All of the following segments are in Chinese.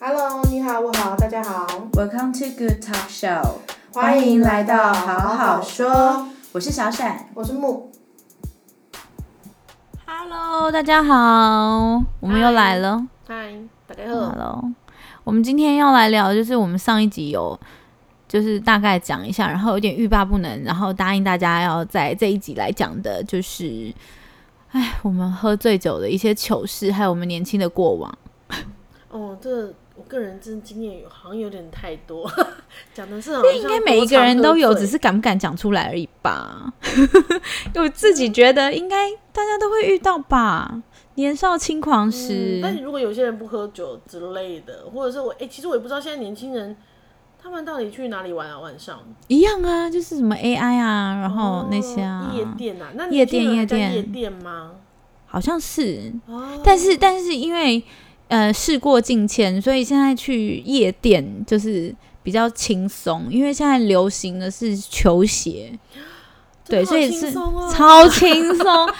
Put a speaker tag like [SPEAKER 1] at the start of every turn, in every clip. [SPEAKER 1] Hello，你好，我好，大家好，
[SPEAKER 2] Welcome to Good Talk Show，
[SPEAKER 1] 欢迎来到好
[SPEAKER 2] 好
[SPEAKER 1] 好
[SPEAKER 2] 好
[SPEAKER 1] 说
[SPEAKER 2] 说。我是小闪，
[SPEAKER 1] 我是木。
[SPEAKER 3] Hello，大家好，我们又来了。
[SPEAKER 1] 嗨，大家。
[SPEAKER 3] Hello，我们今天要来聊，就是我们上一集有，就是大概讲一下，然后有点欲罢不能，然后答应大家要在这一集来讲的，就是，哎，我们喝醉酒的一些糗事，还有我们年轻的过往。
[SPEAKER 4] 哦，这我个人真的经验有好像有点太多， 讲的是
[SPEAKER 1] 嗯
[SPEAKER 4] 好
[SPEAKER 3] 这
[SPEAKER 4] 像
[SPEAKER 3] 应该每一个人都有，只是敢不敢讲出来而已吧。 我自己觉得应该大家都会遇到吧，年少轻狂时。
[SPEAKER 4] 是。
[SPEAKER 1] 嗯
[SPEAKER 4] 嗯但如果有些人不喝酒之类的，或者是我哎、其实我也不知道现在年轻人他们到底去哪里玩啊？晚上
[SPEAKER 3] 一样啊，就是什么 AI 啊，然后那些啊，
[SPEAKER 4] 哦夜店啊，那
[SPEAKER 3] 夜店
[SPEAKER 4] 年轻人还在
[SPEAKER 3] 夜店
[SPEAKER 4] 夜店吗？
[SPEAKER 3] 好像是，
[SPEAKER 4] 哦，
[SPEAKER 3] 但是但是因为呃事过境迁，所以现在去夜店就是比较轻松，因为现在流行的是球鞋，
[SPEAKER 4] 真
[SPEAKER 3] 对
[SPEAKER 4] 的好
[SPEAKER 3] 所以
[SPEAKER 4] 轻
[SPEAKER 3] 是
[SPEAKER 4] 松哦
[SPEAKER 3] 超轻松。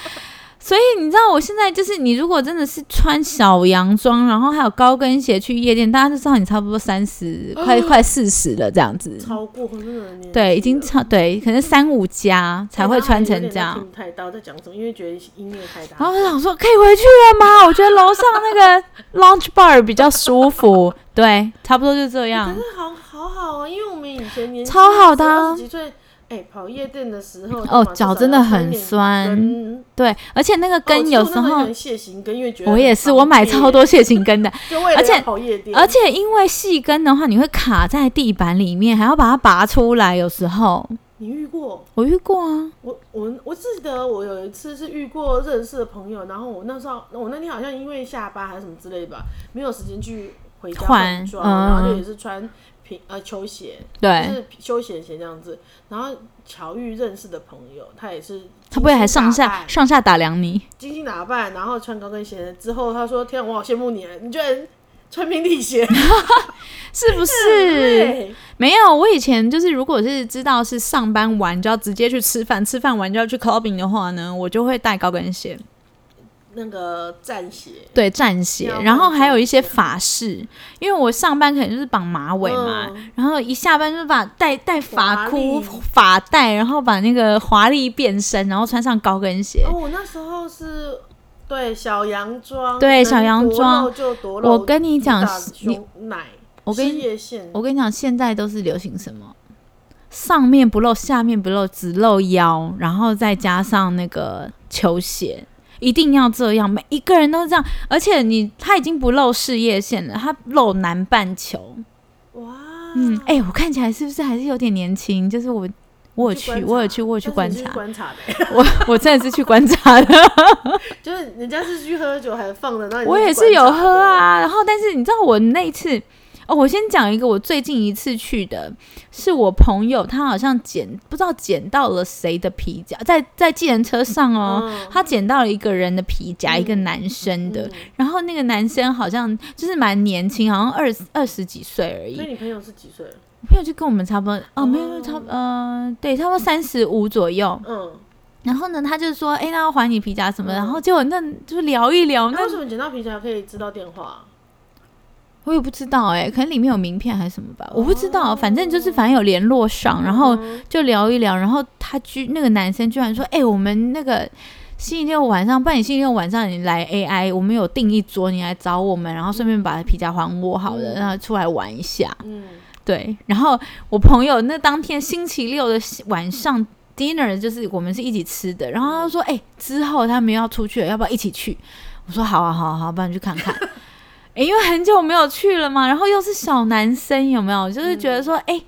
[SPEAKER 3] 所以你知道，我现在就是你，如果真的是穿小洋装，然后还有高跟鞋去夜店，大家就知道你差不多三十、快快四十了这样子。
[SPEAKER 4] 哦超过那个年纪了，哎
[SPEAKER 3] 对，已经超对，可能三五加才会穿成这样
[SPEAKER 4] 大家有点在。听不太到在讲什么，因为觉得音乐太大。
[SPEAKER 3] 然后我想说，可以回去了吗？我觉得楼上那 个 lounge bar 比较舒服。对，差不多就这样
[SPEAKER 4] 可。是嗯好好好啊，因为我们以前年轻
[SPEAKER 3] 超好的啊
[SPEAKER 4] 二十几岁，哎、跑夜店的时候，
[SPEAKER 3] 哦
[SPEAKER 4] 都嘛
[SPEAKER 3] 脚真的很酸
[SPEAKER 4] 至少要穿点跟
[SPEAKER 3] 对，而且那个
[SPEAKER 4] 哦
[SPEAKER 3] 跟
[SPEAKER 4] 其实
[SPEAKER 3] 有
[SPEAKER 4] 我
[SPEAKER 3] 时
[SPEAKER 4] 那很喜
[SPEAKER 3] 候
[SPEAKER 4] 欢蟹形跟，因为觉得
[SPEAKER 3] 我也
[SPEAKER 4] 很
[SPEAKER 3] 是，
[SPEAKER 4] 方
[SPEAKER 3] 我买
[SPEAKER 4] 便
[SPEAKER 3] 超，多蟹形根的，
[SPEAKER 4] 就为了
[SPEAKER 3] 而且
[SPEAKER 4] 要跑夜店，
[SPEAKER 3] 而且因为细根的话，你会卡在地板里面，还要把它拔出来。有时候
[SPEAKER 4] 你遇过
[SPEAKER 3] 我遇过啊，
[SPEAKER 4] 我我我记得我有一次是遇过认识的朋友，然后我那时候我那天好像因为下班还是什么之类的吧，没有时间去回家
[SPEAKER 3] 换
[SPEAKER 4] 换装，
[SPEAKER 3] 嗯
[SPEAKER 4] 然后就也是穿平呃球鞋，就
[SPEAKER 3] 对，
[SPEAKER 4] 是休闲鞋这样子。然后巧遇认识的朋友，他也是
[SPEAKER 3] 他不会还上
[SPEAKER 4] 精心打
[SPEAKER 3] 下
[SPEAKER 4] 扮
[SPEAKER 3] 上下打量你？
[SPEAKER 4] 精心打扮，然后穿高跟鞋之后，他说：“天啊，我好羡慕你啊，你居然穿平底鞋。
[SPEAKER 3] 是不是？
[SPEAKER 4] 对”
[SPEAKER 3] 没有，我以前就是，如果是知道是上班完就要直接去吃饭，吃饭完就要去 clubbing 的话呢，我就会带高跟鞋。
[SPEAKER 4] 那个战鞋，
[SPEAKER 3] 对战鞋
[SPEAKER 4] 要，
[SPEAKER 3] 然后
[SPEAKER 4] 换
[SPEAKER 3] 还有
[SPEAKER 4] 战
[SPEAKER 3] 一些
[SPEAKER 4] 鞋
[SPEAKER 3] 法式，因为我上班可能就是绑马尾嘛，
[SPEAKER 4] 嗯
[SPEAKER 3] 然后一下班就把戴戴发
[SPEAKER 4] 华
[SPEAKER 3] 箍、
[SPEAKER 4] 丽
[SPEAKER 3] 发带，然后把那个华丽变身，然后穿上高跟鞋。
[SPEAKER 4] 哦，我那时候是对小洋装，
[SPEAKER 3] 对
[SPEAKER 4] 能
[SPEAKER 3] 小洋装
[SPEAKER 4] 多露就多露
[SPEAKER 3] 我跟你讲
[SPEAKER 4] 主打
[SPEAKER 3] 你
[SPEAKER 4] 胸奶，
[SPEAKER 3] 我跟
[SPEAKER 4] 事业线，
[SPEAKER 3] 我跟你讲，现在都是流行什么？上面不露，下面不露，只露腰，然后再加上那个球鞋，一定要这样，每一个人都这样。而且你他已经不露事业线了，他露南半球。
[SPEAKER 4] 哇，
[SPEAKER 3] 嗯，哎、我看起来是不是还是有点年轻？就是我，我有
[SPEAKER 4] 你观
[SPEAKER 3] 去，
[SPEAKER 4] 察
[SPEAKER 3] 我有去，我有去
[SPEAKER 4] 但
[SPEAKER 3] 观
[SPEAKER 4] 是你是
[SPEAKER 3] 察，
[SPEAKER 4] 观察的，
[SPEAKER 3] 我我真的是去观察的，
[SPEAKER 4] 就是人家是去喝酒还放的，那你
[SPEAKER 3] 我也
[SPEAKER 4] 去观
[SPEAKER 3] 是有
[SPEAKER 4] 察
[SPEAKER 3] 喝
[SPEAKER 4] 的，
[SPEAKER 3] 啊。然后，但是你知道我那一次，哦，我先讲一个我最近一次去的，是我朋友他好像捡不知道捡到了谁的皮夹，在在计程车上哦，
[SPEAKER 4] 嗯
[SPEAKER 3] 他捡到了一个人的皮夹，一个男生的。
[SPEAKER 4] 嗯
[SPEAKER 3] 然后那个男生好像就是蛮年轻，好像二十二十几岁而已
[SPEAKER 4] 所以。你朋友是几岁？
[SPEAKER 3] 朋友就跟我们差不多，哦，
[SPEAKER 4] 哦
[SPEAKER 3] 没有，没有差不呃，对，差不多三十五左右。
[SPEAKER 4] 嗯，
[SPEAKER 3] 然后呢，他就说，哎，那要还你皮夹什么的？
[SPEAKER 4] 嗯
[SPEAKER 3] 然后结果那就聊一聊，那
[SPEAKER 4] 那为什么捡到皮夹可以知道电话？
[SPEAKER 3] 我也不知道、哎，可能里面有名片还是什么吧，我不知道，
[SPEAKER 4] 哦
[SPEAKER 3] 反正就是反正有联络上，然后
[SPEAKER 4] 嗯
[SPEAKER 3] 就聊一聊，然后他居那个男生居然说，哎，我们那个。星期六晚上，不然你星期六晚上你来 AI，我们有订一桌，你来找我们，然后顺便把皮夹还我好了，
[SPEAKER 4] 嗯
[SPEAKER 3] 让他出来玩一下。
[SPEAKER 4] 嗯，
[SPEAKER 3] 对，然后我朋友那当天星期六的晚上 dinner 就是我们是一起吃的，然后他就说，哎、之后他们要出去了，要不要一起去？我说好啊，好啊，好啊，不然去看看。诶因为很久没有去了嘛，然后又是小男生，有没有？就是觉得说，哎、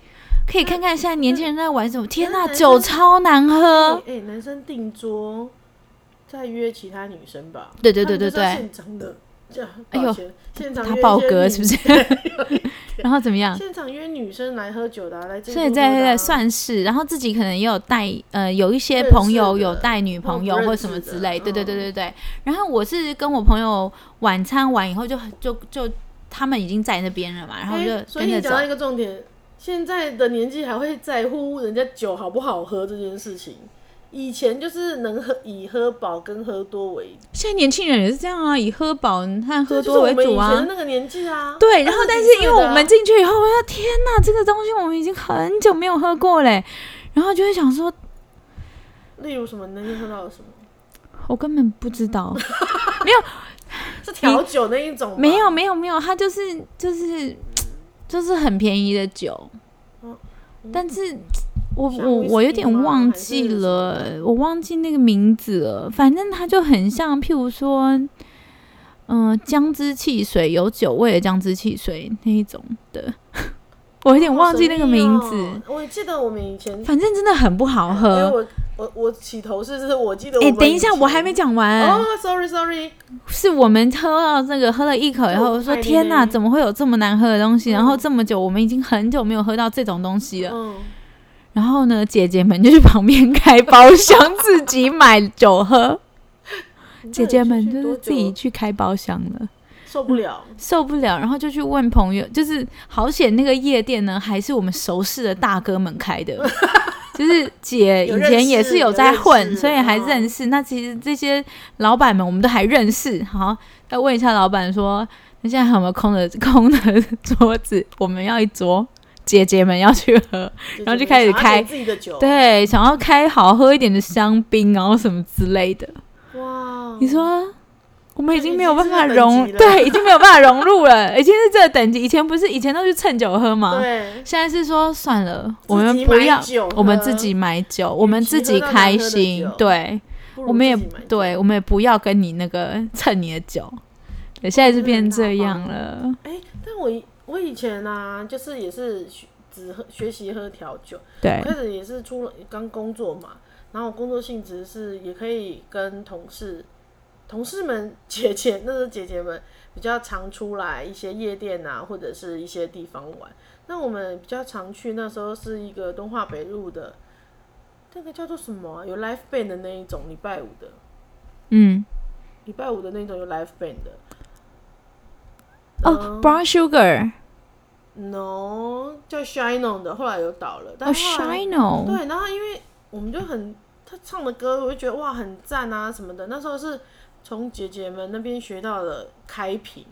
[SPEAKER 3] 可以看看现在年轻人在玩什么。天呐，
[SPEAKER 4] 男生
[SPEAKER 3] 酒超难
[SPEAKER 4] 哎
[SPEAKER 3] 喝，、
[SPEAKER 4] 哎男生订桌再约其他女生吧。
[SPEAKER 3] 对对对对
[SPEAKER 4] 他们
[SPEAKER 3] 对
[SPEAKER 4] 就是现场的，这样
[SPEAKER 3] 哎呦
[SPEAKER 4] 抱歉，现场
[SPEAKER 3] 他
[SPEAKER 4] 约
[SPEAKER 3] 爆
[SPEAKER 4] 一些
[SPEAKER 3] 嗝
[SPEAKER 4] 女
[SPEAKER 3] 是不是？ 然后怎么样？
[SPEAKER 4] 现场约女生来喝酒的啊、来订
[SPEAKER 3] 所以
[SPEAKER 4] 桌
[SPEAKER 3] 在
[SPEAKER 4] 的啊
[SPEAKER 3] 在算是，然后自己可能也有带呃有一些
[SPEAKER 4] 认识
[SPEAKER 3] 朋友
[SPEAKER 4] 的
[SPEAKER 3] 有带女朋友
[SPEAKER 4] 或不
[SPEAKER 3] 或
[SPEAKER 4] 认
[SPEAKER 3] 什么
[SPEAKER 4] 识
[SPEAKER 3] 之
[SPEAKER 4] 的
[SPEAKER 3] 类，对对对
[SPEAKER 4] 嗯
[SPEAKER 3] 对对。然后我是跟我朋友晚餐完以后就就就他们已经在那边了嘛，然后我就
[SPEAKER 4] 哎所以
[SPEAKER 3] 跟着
[SPEAKER 4] 你
[SPEAKER 3] 走
[SPEAKER 4] 讲。到一个重点，现在的年纪还会在乎人家酒好不好喝这件事情。以前就是能喝以喝饱跟喝多为主，
[SPEAKER 3] 现在年轻人也是这样啊，以喝饱和喝
[SPEAKER 4] 就是
[SPEAKER 3] 多
[SPEAKER 4] 我
[SPEAKER 3] 为
[SPEAKER 4] 们
[SPEAKER 3] 主
[SPEAKER 4] 以前
[SPEAKER 3] 啊
[SPEAKER 4] 的。那个年纪啊。
[SPEAKER 3] 对，然后
[SPEAKER 4] 20
[SPEAKER 3] 但
[SPEAKER 4] 几
[SPEAKER 3] 是因
[SPEAKER 4] 岁
[SPEAKER 3] 为
[SPEAKER 4] 的
[SPEAKER 3] 我
[SPEAKER 4] 啊
[SPEAKER 3] 们进去以后，我要天哪，这个东西我们已经很久没有喝过嘞，然后就会想说，
[SPEAKER 4] 例如什么，你那天喝到了什么？
[SPEAKER 3] 我根本不知道，
[SPEAKER 4] 嗯是调酒那一种吗？
[SPEAKER 3] 没有没有没有，它就是就是就是很便宜的酒
[SPEAKER 4] 嗯，
[SPEAKER 3] 但是我
[SPEAKER 4] 像
[SPEAKER 3] 我我有
[SPEAKER 4] whisky
[SPEAKER 3] 点
[SPEAKER 4] 吗
[SPEAKER 3] 忘
[SPEAKER 4] 还
[SPEAKER 3] 记
[SPEAKER 4] 是什么
[SPEAKER 3] 了，我忘记那个名字了，反正它就很像，譬如说，嗯、姜汁汽水有酒味的姜汁汽水那一种的， 我有点
[SPEAKER 4] 好
[SPEAKER 3] 忘记那
[SPEAKER 4] 神
[SPEAKER 3] 个
[SPEAKER 4] 秘
[SPEAKER 3] 名
[SPEAKER 4] 哦
[SPEAKER 3] 字，
[SPEAKER 4] 我记得我们以前，
[SPEAKER 3] 反正真的很不好
[SPEAKER 4] 因为
[SPEAKER 3] 喝。
[SPEAKER 4] 我我我起头是是，我记得我
[SPEAKER 3] 哎、
[SPEAKER 4] 们
[SPEAKER 3] 等一下，
[SPEAKER 4] 以前
[SPEAKER 3] 我还没。讲完。
[SPEAKER 4] 哦，sorry sorry，
[SPEAKER 3] 是我们喝到这个，喝了一口以后，
[SPEAKER 4] 哦
[SPEAKER 3] 我说
[SPEAKER 4] 太厉害
[SPEAKER 3] 天哪，
[SPEAKER 4] 了
[SPEAKER 3] 怎么会有这么难喝的东西？
[SPEAKER 4] 嗯
[SPEAKER 3] 然后这么久，我们已经很久没有喝到这种东西了。
[SPEAKER 4] 嗯，
[SPEAKER 3] 然后呢，姐姐们就去旁边开包厢，自己买酒喝。姐姐们就是自己嗯去开包厢了，
[SPEAKER 4] 受不了，
[SPEAKER 3] 受不了，然后就去问朋友，就是好险那个夜店呢，还是我们熟识的大哥们开的。就是姐以
[SPEAKER 4] 有认
[SPEAKER 3] 前也
[SPEAKER 4] 识
[SPEAKER 3] 是有
[SPEAKER 4] 有
[SPEAKER 3] 在
[SPEAKER 4] 认
[SPEAKER 3] 混，
[SPEAKER 4] 识
[SPEAKER 3] 所以还
[SPEAKER 4] 哦
[SPEAKER 3] 认识。那其实这些老板们我们都还认识。好，再问一下老板说，那现在还有没有空的空的桌子？我们要一桌，姐姐们要去喝。
[SPEAKER 4] 姐姐
[SPEAKER 3] 然后就
[SPEAKER 4] 们
[SPEAKER 3] 开始
[SPEAKER 4] 想要
[SPEAKER 3] 开
[SPEAKER 4] 点自己的
[SPEAKER 3] 哦
[SPEAKER 4] 酒，，
[SPEAKER 3] 对，想要开好喝一点的香槟，然后什么之类的。
[SPEAKER 4] 哇，
[SPEAKER 3] 你说啊我们已经
[SPEAKER 4] 已
[SPEAKER 3] 没有
[SPEAKER 4] 经
[SPEAKER 3] 办
[SPEAKER 4] 是
[SPEAKER 3] 法
[SPEAKER 4] 这个
[SPEAKER 3] 融，
[SPEAKER 4] 等级了
[SPEAKER 3] 对，已经没有办法融入了，已经是这个等级。以前不是以前都去蹭酒喝吗？
[SPEAKER 4] 对，
[SPEAKER 3] 现在是说算了，我
[SPEAKER 4] 自
[SPEAKER 3] 们
[SPEAKER 4] 己
[SPEAKER 3] 不
[SPEAKER 4] 买
[SPEAKER 3] 要
[SPEAKER 4] 酒，
[SPEAKER 3] 我们
[SPEAKER 4] 喝
[SPEAKER 3] 自己买酒，我们
[SPEAKER 4] 与其
[SPEAKER 3] 自己
[SPEAKER 4] 喝到难
[SPEAKER 3] 开
[SPEAKER 4] 喝的
[SPEAKER 3] 心
[SPEAKER 4] 酒，
[SPEAKER 3] 对，
[SPEAKER 4] 不如
[SPEAKER 3] 我们也
[SPEAKER 4] 自己买酒
[SPEAKER 3] 对，我们也不要跟你那个蹭你的酒。对，现在是
[SPEAKER 4] 真的
[SPEAKER 3] 变
[SPEAKER 4] 很
[SPEAKER 3] 这
[SPEAKER 4] 大
[SPEAKER 3] 样
[SPEAKER 4] 方
[SPEAKER 3] 了，
[SPEAKER 4] 哎、但我以我以前啊，就是也是学只喝学习喝调酒，
[SPEAKER 3] 对
[SPEAKER 4] 我，开始也是出了刚工作嘛，然后工作性质是也可以跟同事、同事们、姐姐，那时候姐姐们比较常出来一些夜店啊，或者是一些地方玩。那我们比较常去，那时候是一个东华北路的，那个叫做什么啊、有 l i f e band 的那一种，礼拜五的，
[SPEAKER 3] 嗯，
[SPEAKER 4] 礼拜五的那种有 l i f e band 的。
[SPEAKER 3] 哦，Brown Sugar，
[SPEAKER 4] No，叫 Shine On 的，后来有倒了，
[SPEAKER 3] 哦
[SPEAKER 4] 但后来
[SPEAKER 3] ，Shino，
[SPEAKER 4] 对，然后因为我们就很他唱的歌，我就觉得哇很赞啊什么的。那时候是从姐姐们那边学到了开瓶。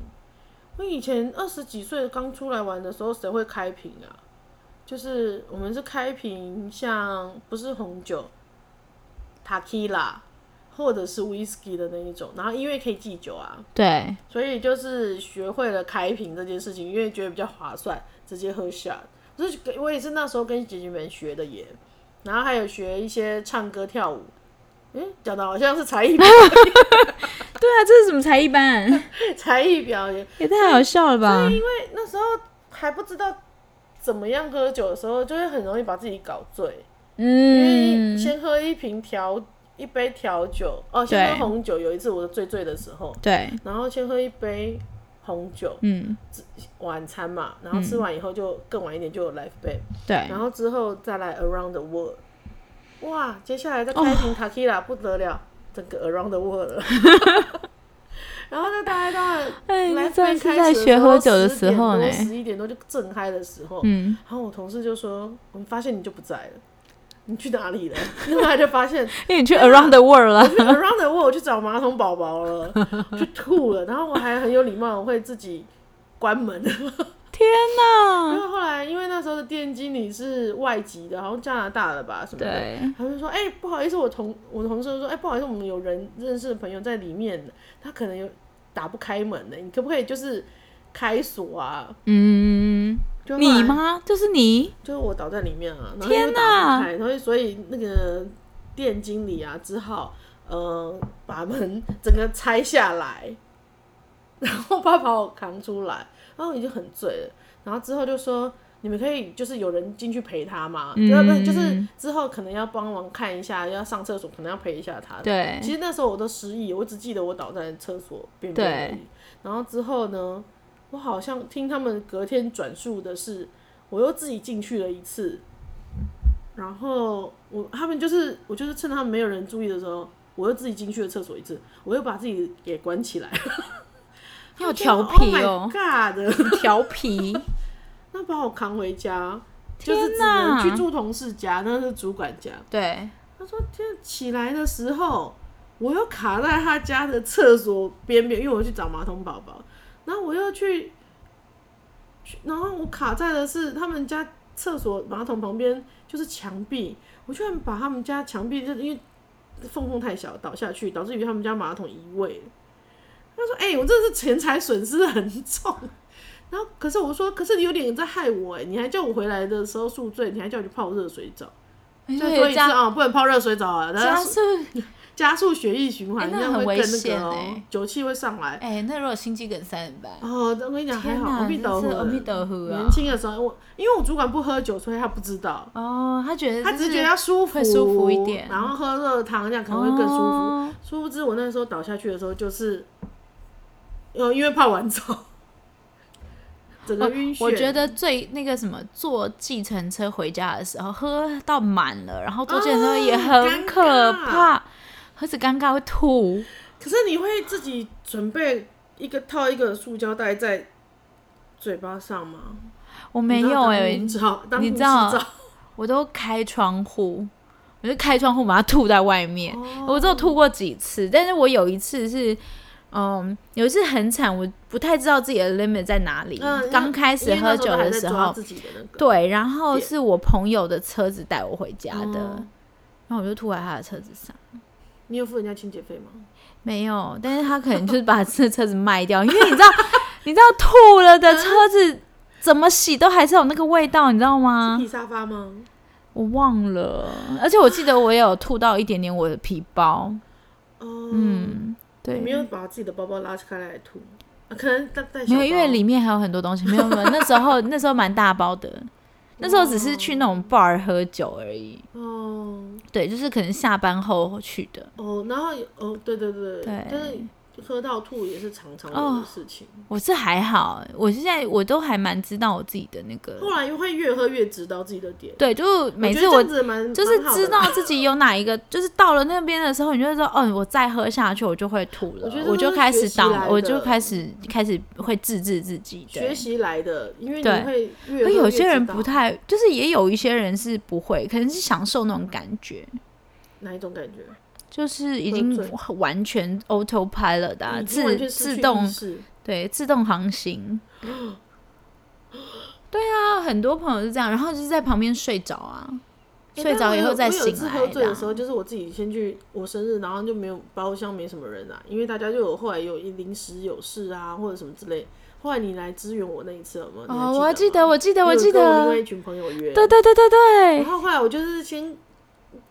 [SPEAKER 4] 我以前二十几岁刚出来玩的时候，谁会开瓶啊？就是我们是开瓶，像不是红酒 t a k i l a 或者是 whisky 的那一种。然后因为可以寄酒啊，
[SPEAKER 3] 对，
[SPEAKER 4] 所以就是学会了开瓶这件事情，因为觉得比较划算，直接喝下。我是我也是那时候跟姐姐们学的耶，然后还有学一些唱歌跳舞。嗯，讲的好像是才艺
[SPEAKER 3] 对啊，这是什么才艺班？
[SPEAKER 4] 才艺表演，
[SPEAKER 3] 也太好笑了吧！
[SPEAKER 4] 对，那时候还不知道怎么样喝酒的时候，就会很容易把自己搞醉。因为
[SPEAKER 3] 嗯，
[SPEAKER 4] 先喝一瓶调一杯调酒，哦，先
[SPEAKER 3] 对
[SPEAKER 4] 喝红酒。有一次我醉醉的时候，
[SPEAKER 3] 对，
[SPEAKER 4] 然后先喝一杯红酒，
[SPEAKER 3] 嗯，
[SPEAKER 4] 晚餐嘛，然后吃完以后就更晚一点就有 life band，、
[SPEAKER 3] 对，
[SPEAKER 4] 然后之后再来 around the world。哇，接下来再
[SPEAKER 3] 哦
[SPEAKER 4] 开瓶 t a k i l a 不得了，整个 around the world 了。 然后再大概到了
[SPEAKER 3] 哎，那
[SPEAKER 4] life
[SPEAKER 3] 真
[SPEAKER 4] band
[SPEAKER 3] 的是
[SPEAKER 4] 开
[SPEAKER 3] 在
[SPEAKER 4] 始
[SPEAKER 3] 学喝酒的时
[SPEAKER 4] 时
[SPEAKER 3] 候呢。
[SPEAKER 4] 十一点多就正嗨的时候，
[SPEAKER 3] 嗯，
[SPEAKER 4] 然后我同事就说：“我们发现你就不在了，你去哪里了？” 后来就发现
[SPEAKER 3] 因为哎你去 Around the World
[SPEAKER 4] 我
[SPEAKER 3] 了。
[SPEAKER 4] 去 around the world 我去找马桶宝宝了，我去吐了，然后我还很有礼貌，我会自己关门。
[SPEAKER 3] 天
[SPEAKER 4] 因
[SPEAKER 3] 哪！
[SPEAKER 4] 为后来，因为那时候的店经理是外籍的，好像加拿大的吧，什么 的。
[SPEAKER 3] 对，
[SPEAKER 4] 他就说：“哎、不好意思，我同我同事就说，哎、不好意思，我们有人认识的朋友在里面，他可能有打不开门呢，你可不可以就是开锁啊
[SPEAKER 3] 嗯，？”
[SPEAKER 4] 就后来
[SPEAKER 3] 你？吗？就是你。
[SPEAKER 4] 就是我倒在里面啊，然后
[SPEAKER 3] 天
[SPEAKER 4] 又打
[SPEAKER 3] 哪
[SPEAKER 4] 不开，然后所以那个店经理啊，只好呃把门整个拆下来，然后爸把我扛出来，然后我已经很醉了，然后之后就说。你们可以就是有人进去陪他嘛，
[SPEAKER 3] 嗯
[SPEAKER 4] 要不然就是之后可能要帮忙看一下，要上厕所可能要陪一下他的。
[SPEAKER 3] 对
[SPEAKER 4] 呃其实那时候我都失忆，我只记得我倒在厕所边边而已。然后之后呢，我好像听他们隔天转述的是，我又自己进去了一次。然后我他们就是我就是趁他们没有人注意的时候，我又自己进去了厕所一次，我又把自己给关起来。
[SPEAKER 3] 你好调皮
[SPEAKER 4] Oh
[SPEAKER 3] 哦，
[SPEAKER 4] my God！
[SPEAKER 3] 调 皮。
[SPEAKER 4] 那把我扛回家，就
[SPEAKER 3] 天
[SPEAKER 4] 是只
[SPEAKER 3] 哪
[SPEAKER 4] 能去住同事家，那是主管家。
[SPEAKER 3] 对，
[SPEAKER 4] 那他说天起来的时候，我又卡在他家的厕所边边，因为我去找马桶宝宝，然后我又去，去然后我卡在的是他们家厕所马桶旁边就是墙壁，我居然把他们家墙壁就因为缝缝太小倒下去，导致于他们家马桶移位了。他说：“哎、我真的是钱财损失很重。”然后可是我说：“可是你有点在害我哎、你还叫我回来的时候宿醉，你还叫我去泡热水澡。”再说一次
[SPEAKER 3] 哎加
[SPEAKER 4] 啊、不能泡热水澡啊，
[SPEAKER 3] 加
[SPEAKER 4] 然后
[SPEAKER 3] 速，
[SPEAKER 4] 加速血液循环，
[SPEAKER 3] 哎
[SPEAKER 4] 这
[SPEAKER 3] 那
[SPEAKER 4] 样
[SPEAKER 3] 很
[SPEAKER 4] 会
[SPEAKER 3] 危
[SPEAKER 4] 更那
[SPEAKER 3] 险
[SPEAKER 4] 个哦
[SPEAKER 3] 哎，
[SPEAKER 4] 酒气会上来。
[SPEAKER 3] 哎，那如果心肌梗塞怎么办？
[SPEAKER 4] 哦，我跟你讲还好，阿弥
[SPEAKER 3] 天
[SPEAKER 4] 陀
[SPEAKER 3] 哪
[SPEAKER 4] 佛
[SPEAKER 3] 真是阿弥
[SPEAKER 4] 了。
[SPEAKER 3] 陀佛啊
[SPEAKER 4] 年！轻的时候，我因为我主管不喝酒，所以他不知道，
[SPEAKER 3] 哦，他觉得
[SPEAKER 4] 他只是觉得要舒服，
[SPEAKER 3] 会舒服一点
[SPEAKER 4] 然后喝热汤这样可能会更舒服。
[SPEAKER 3] 哦
[SPEAKER 4] 殊不知我那时候倒下去的时候，就是，呃，因为泡完澡， 整个晕
[SPEAKER 3] 哦
[SPEAKER 4] 血。
[SPEAKER 3] 我觉得最那个什么，坐计程车回家的时候喝到满了，然后坐计程车
[SPEAKER 4] 啊
[SPEAKER 3] 也很可怕，何止尴尬会吐，
[SPEAKER 4] 可是你会自己准备一个套一个塑胶袋在嘴巴上吗？
[SPEAKER 3] 我没有哎、
[SPEAKER 4] 你知道当护
[SPEAKER 3] 你
[SPEAKER 4] 照，
[SPEAKER 3] 知
[SPEAKER 4] 当
[SPEAKER 3] 道
[SPEAKER 4] 护士照
[SPEAKER 3] 我都开窗户，我就开窗户把它吐在外面。
[SPEAKER 4] 哦
[SPEAKER 3] 我只有吐过几次，但是我有一次是，嗯，有一次很惨，我不太知道自己的 limit 在哪里。
[SPEAKER 4] 嗯
[SPEAKER 3] 刚开始喝酒的时
[SPEAKER 4] 因为那时候还在抓
[SPEAKER 3] 候，
[SPEAKER 4] 自己的那个，
[SPEAKER 3] 对，然后
[SPEAKER 4] 点
[SPEAKER 3] 是我朋友的车子带我回家的，
[SPEAKER 4] 哦
[SPEAKER 3] 然后我就吐在他的车子上。
[SPEAKER 4] 你有付人家清洁费吗？
[SPEAKER 3] 没有，但是他可能就是把这车子卖掉，因为你 知道，你知道吐了的车子怎么洗都还是有那个味道，你知道吗
[SPEAKER 4] 踢？沙发吗？
[SPEAKER 3] 我忘了，而且我记得我也有吐到一点点我的皮包，
[SPEAKER 4] 哦，
[SPEAKER 3] 嗯，对，
[SPEAKER 4] 你没有把自己的包包拉开来吐，啊可能带带
[SPEAKER 3] 没
[SPEAKER 4] 小包
[SPEAKER 3] 有，因为里面还有很多东西，没有没有，那时候 那时候蛮大包的，那时候只是去那种 bar 喝酒而已，
[SPEAKER 4] 哦
[SPEAKER 3] 对，就是可能下班后去的，
[SPEAKER 4] 哦，然后有哦，对对对，
[SPEAKER 3] 对
[SPEAKER 4] 但是喝到吐也是常常有的
[SPEAKER 3] 哦
[SPEAKER 4] 事情。
[SPEAKER 3] 我是还好，我现在我都还蛮知道我自己的那个，
[SPEAKER 4] 后来又会越喝越知道自己的点，
[SPEAKER 3] 对，就每
[SPEAKER 4] 觉
[SPEAKER 3] 次
[SPEAKER 4] 得
[SPEAKER 3] 我
[SPEAKER 4] 这样子蛮
[SPEAKER 3] 就是
[SPEAKER 4] 蛮好的
[SPEAKER 3] 知道
[SPEAKER 4] 啦
[SPEAKER 3] 自己有哪 一个，就是到了那边的时候，你就会说，哦，我再喝下去我就会吐了，
[SPEAKER 4] 我觉得
[SPEAKER 3] 我
[SPEAKER 4] 这
[SPEAKER 3] 就
[SPEAKER 4] 都是
[SPEAKER 3] 开始
[SPEAKER 4] 学习来
[SPEAKER 3] 当，我
[SPEAKER 4] 的
[SPEAKER 3] 就开始开始会自制自己。
[SPEAKER 4] 学
[SPEAKER 3] 对，
[SPEAKER 4] 习来的，因为你
[SPEAKER 3] 对
[SPEAKER 4] 会越喝
[SPEAKER 3] 而
[SPEAKER 4] 越
[SPEAKER 3] 有些人
[SPEAKER 4] 知道
[SPEAKER 3] 不太，就是也有一些人是不会，可能是享受那种感觉，
[SPEAKER 4] 哪一种感觉，
[SPEAKER 3] 就是已
[SPEAKER 4] 喝
[SPEAKER 3] 经
[SPEAKER 4] 醉嗯
[SPEAKER 3] 完全 autopilot 的、啊，
[SPEAKER 4] 已经完全
[SPEAKER 3] 自
[SPEAKER 4] 失
[SPEAKER 3] 自
[SPEAKER 4] 去
[SPEAKER 3] 动
[SPEAKER 4] 意识
[SPEAKER 3] 对，自动航 行。对啊，很多朋友是这样，然后就是在旁边睡着啊，
[SPEAKER 4] 欸
[SPEAKER 3] 睡
[SPEAKER 4] 但
[SPEAKER 3] 着
[SPEAKER 4] 我
[SPEAKER 3] 以
[SPEAKER 4] 有
[SPEAKER 3] 后再
[SPEAKER 4] 我有一
[SPEAKER 3] 醒
[SPEAKER 4] 次
[SPEAKER 3] 来
[SPEAKER 4] 喝醉
[SPEAKER 3] 的
[SPEAKER 4] 的
[SPEAKER 3] 啊
[SPEAKER 4] 时。候，就是我自己先去我生日，然后就没有包厢，没什么人啊，因为大家就有后来有临时有事啊，或者什么之类。后来你来支援我那一次有没有？你
[SPEAKER 3] 哦，我还记
[SPEAKER 4] 吗
[SPEAKER 3] 得，我记得，
[SPEAKER 4] 因为
[SPEAKER 3] 我记
[SPEAKER 4] 跟我
[SPEAKER 3] 得
[SPEAKER 4] 另，外一群朋友约，
[SPEAKER 3] 对对对对
[SPEAKER 4] 然
[SPEAKER 3] 对，
[SPEAKER 4] 后后来我就是先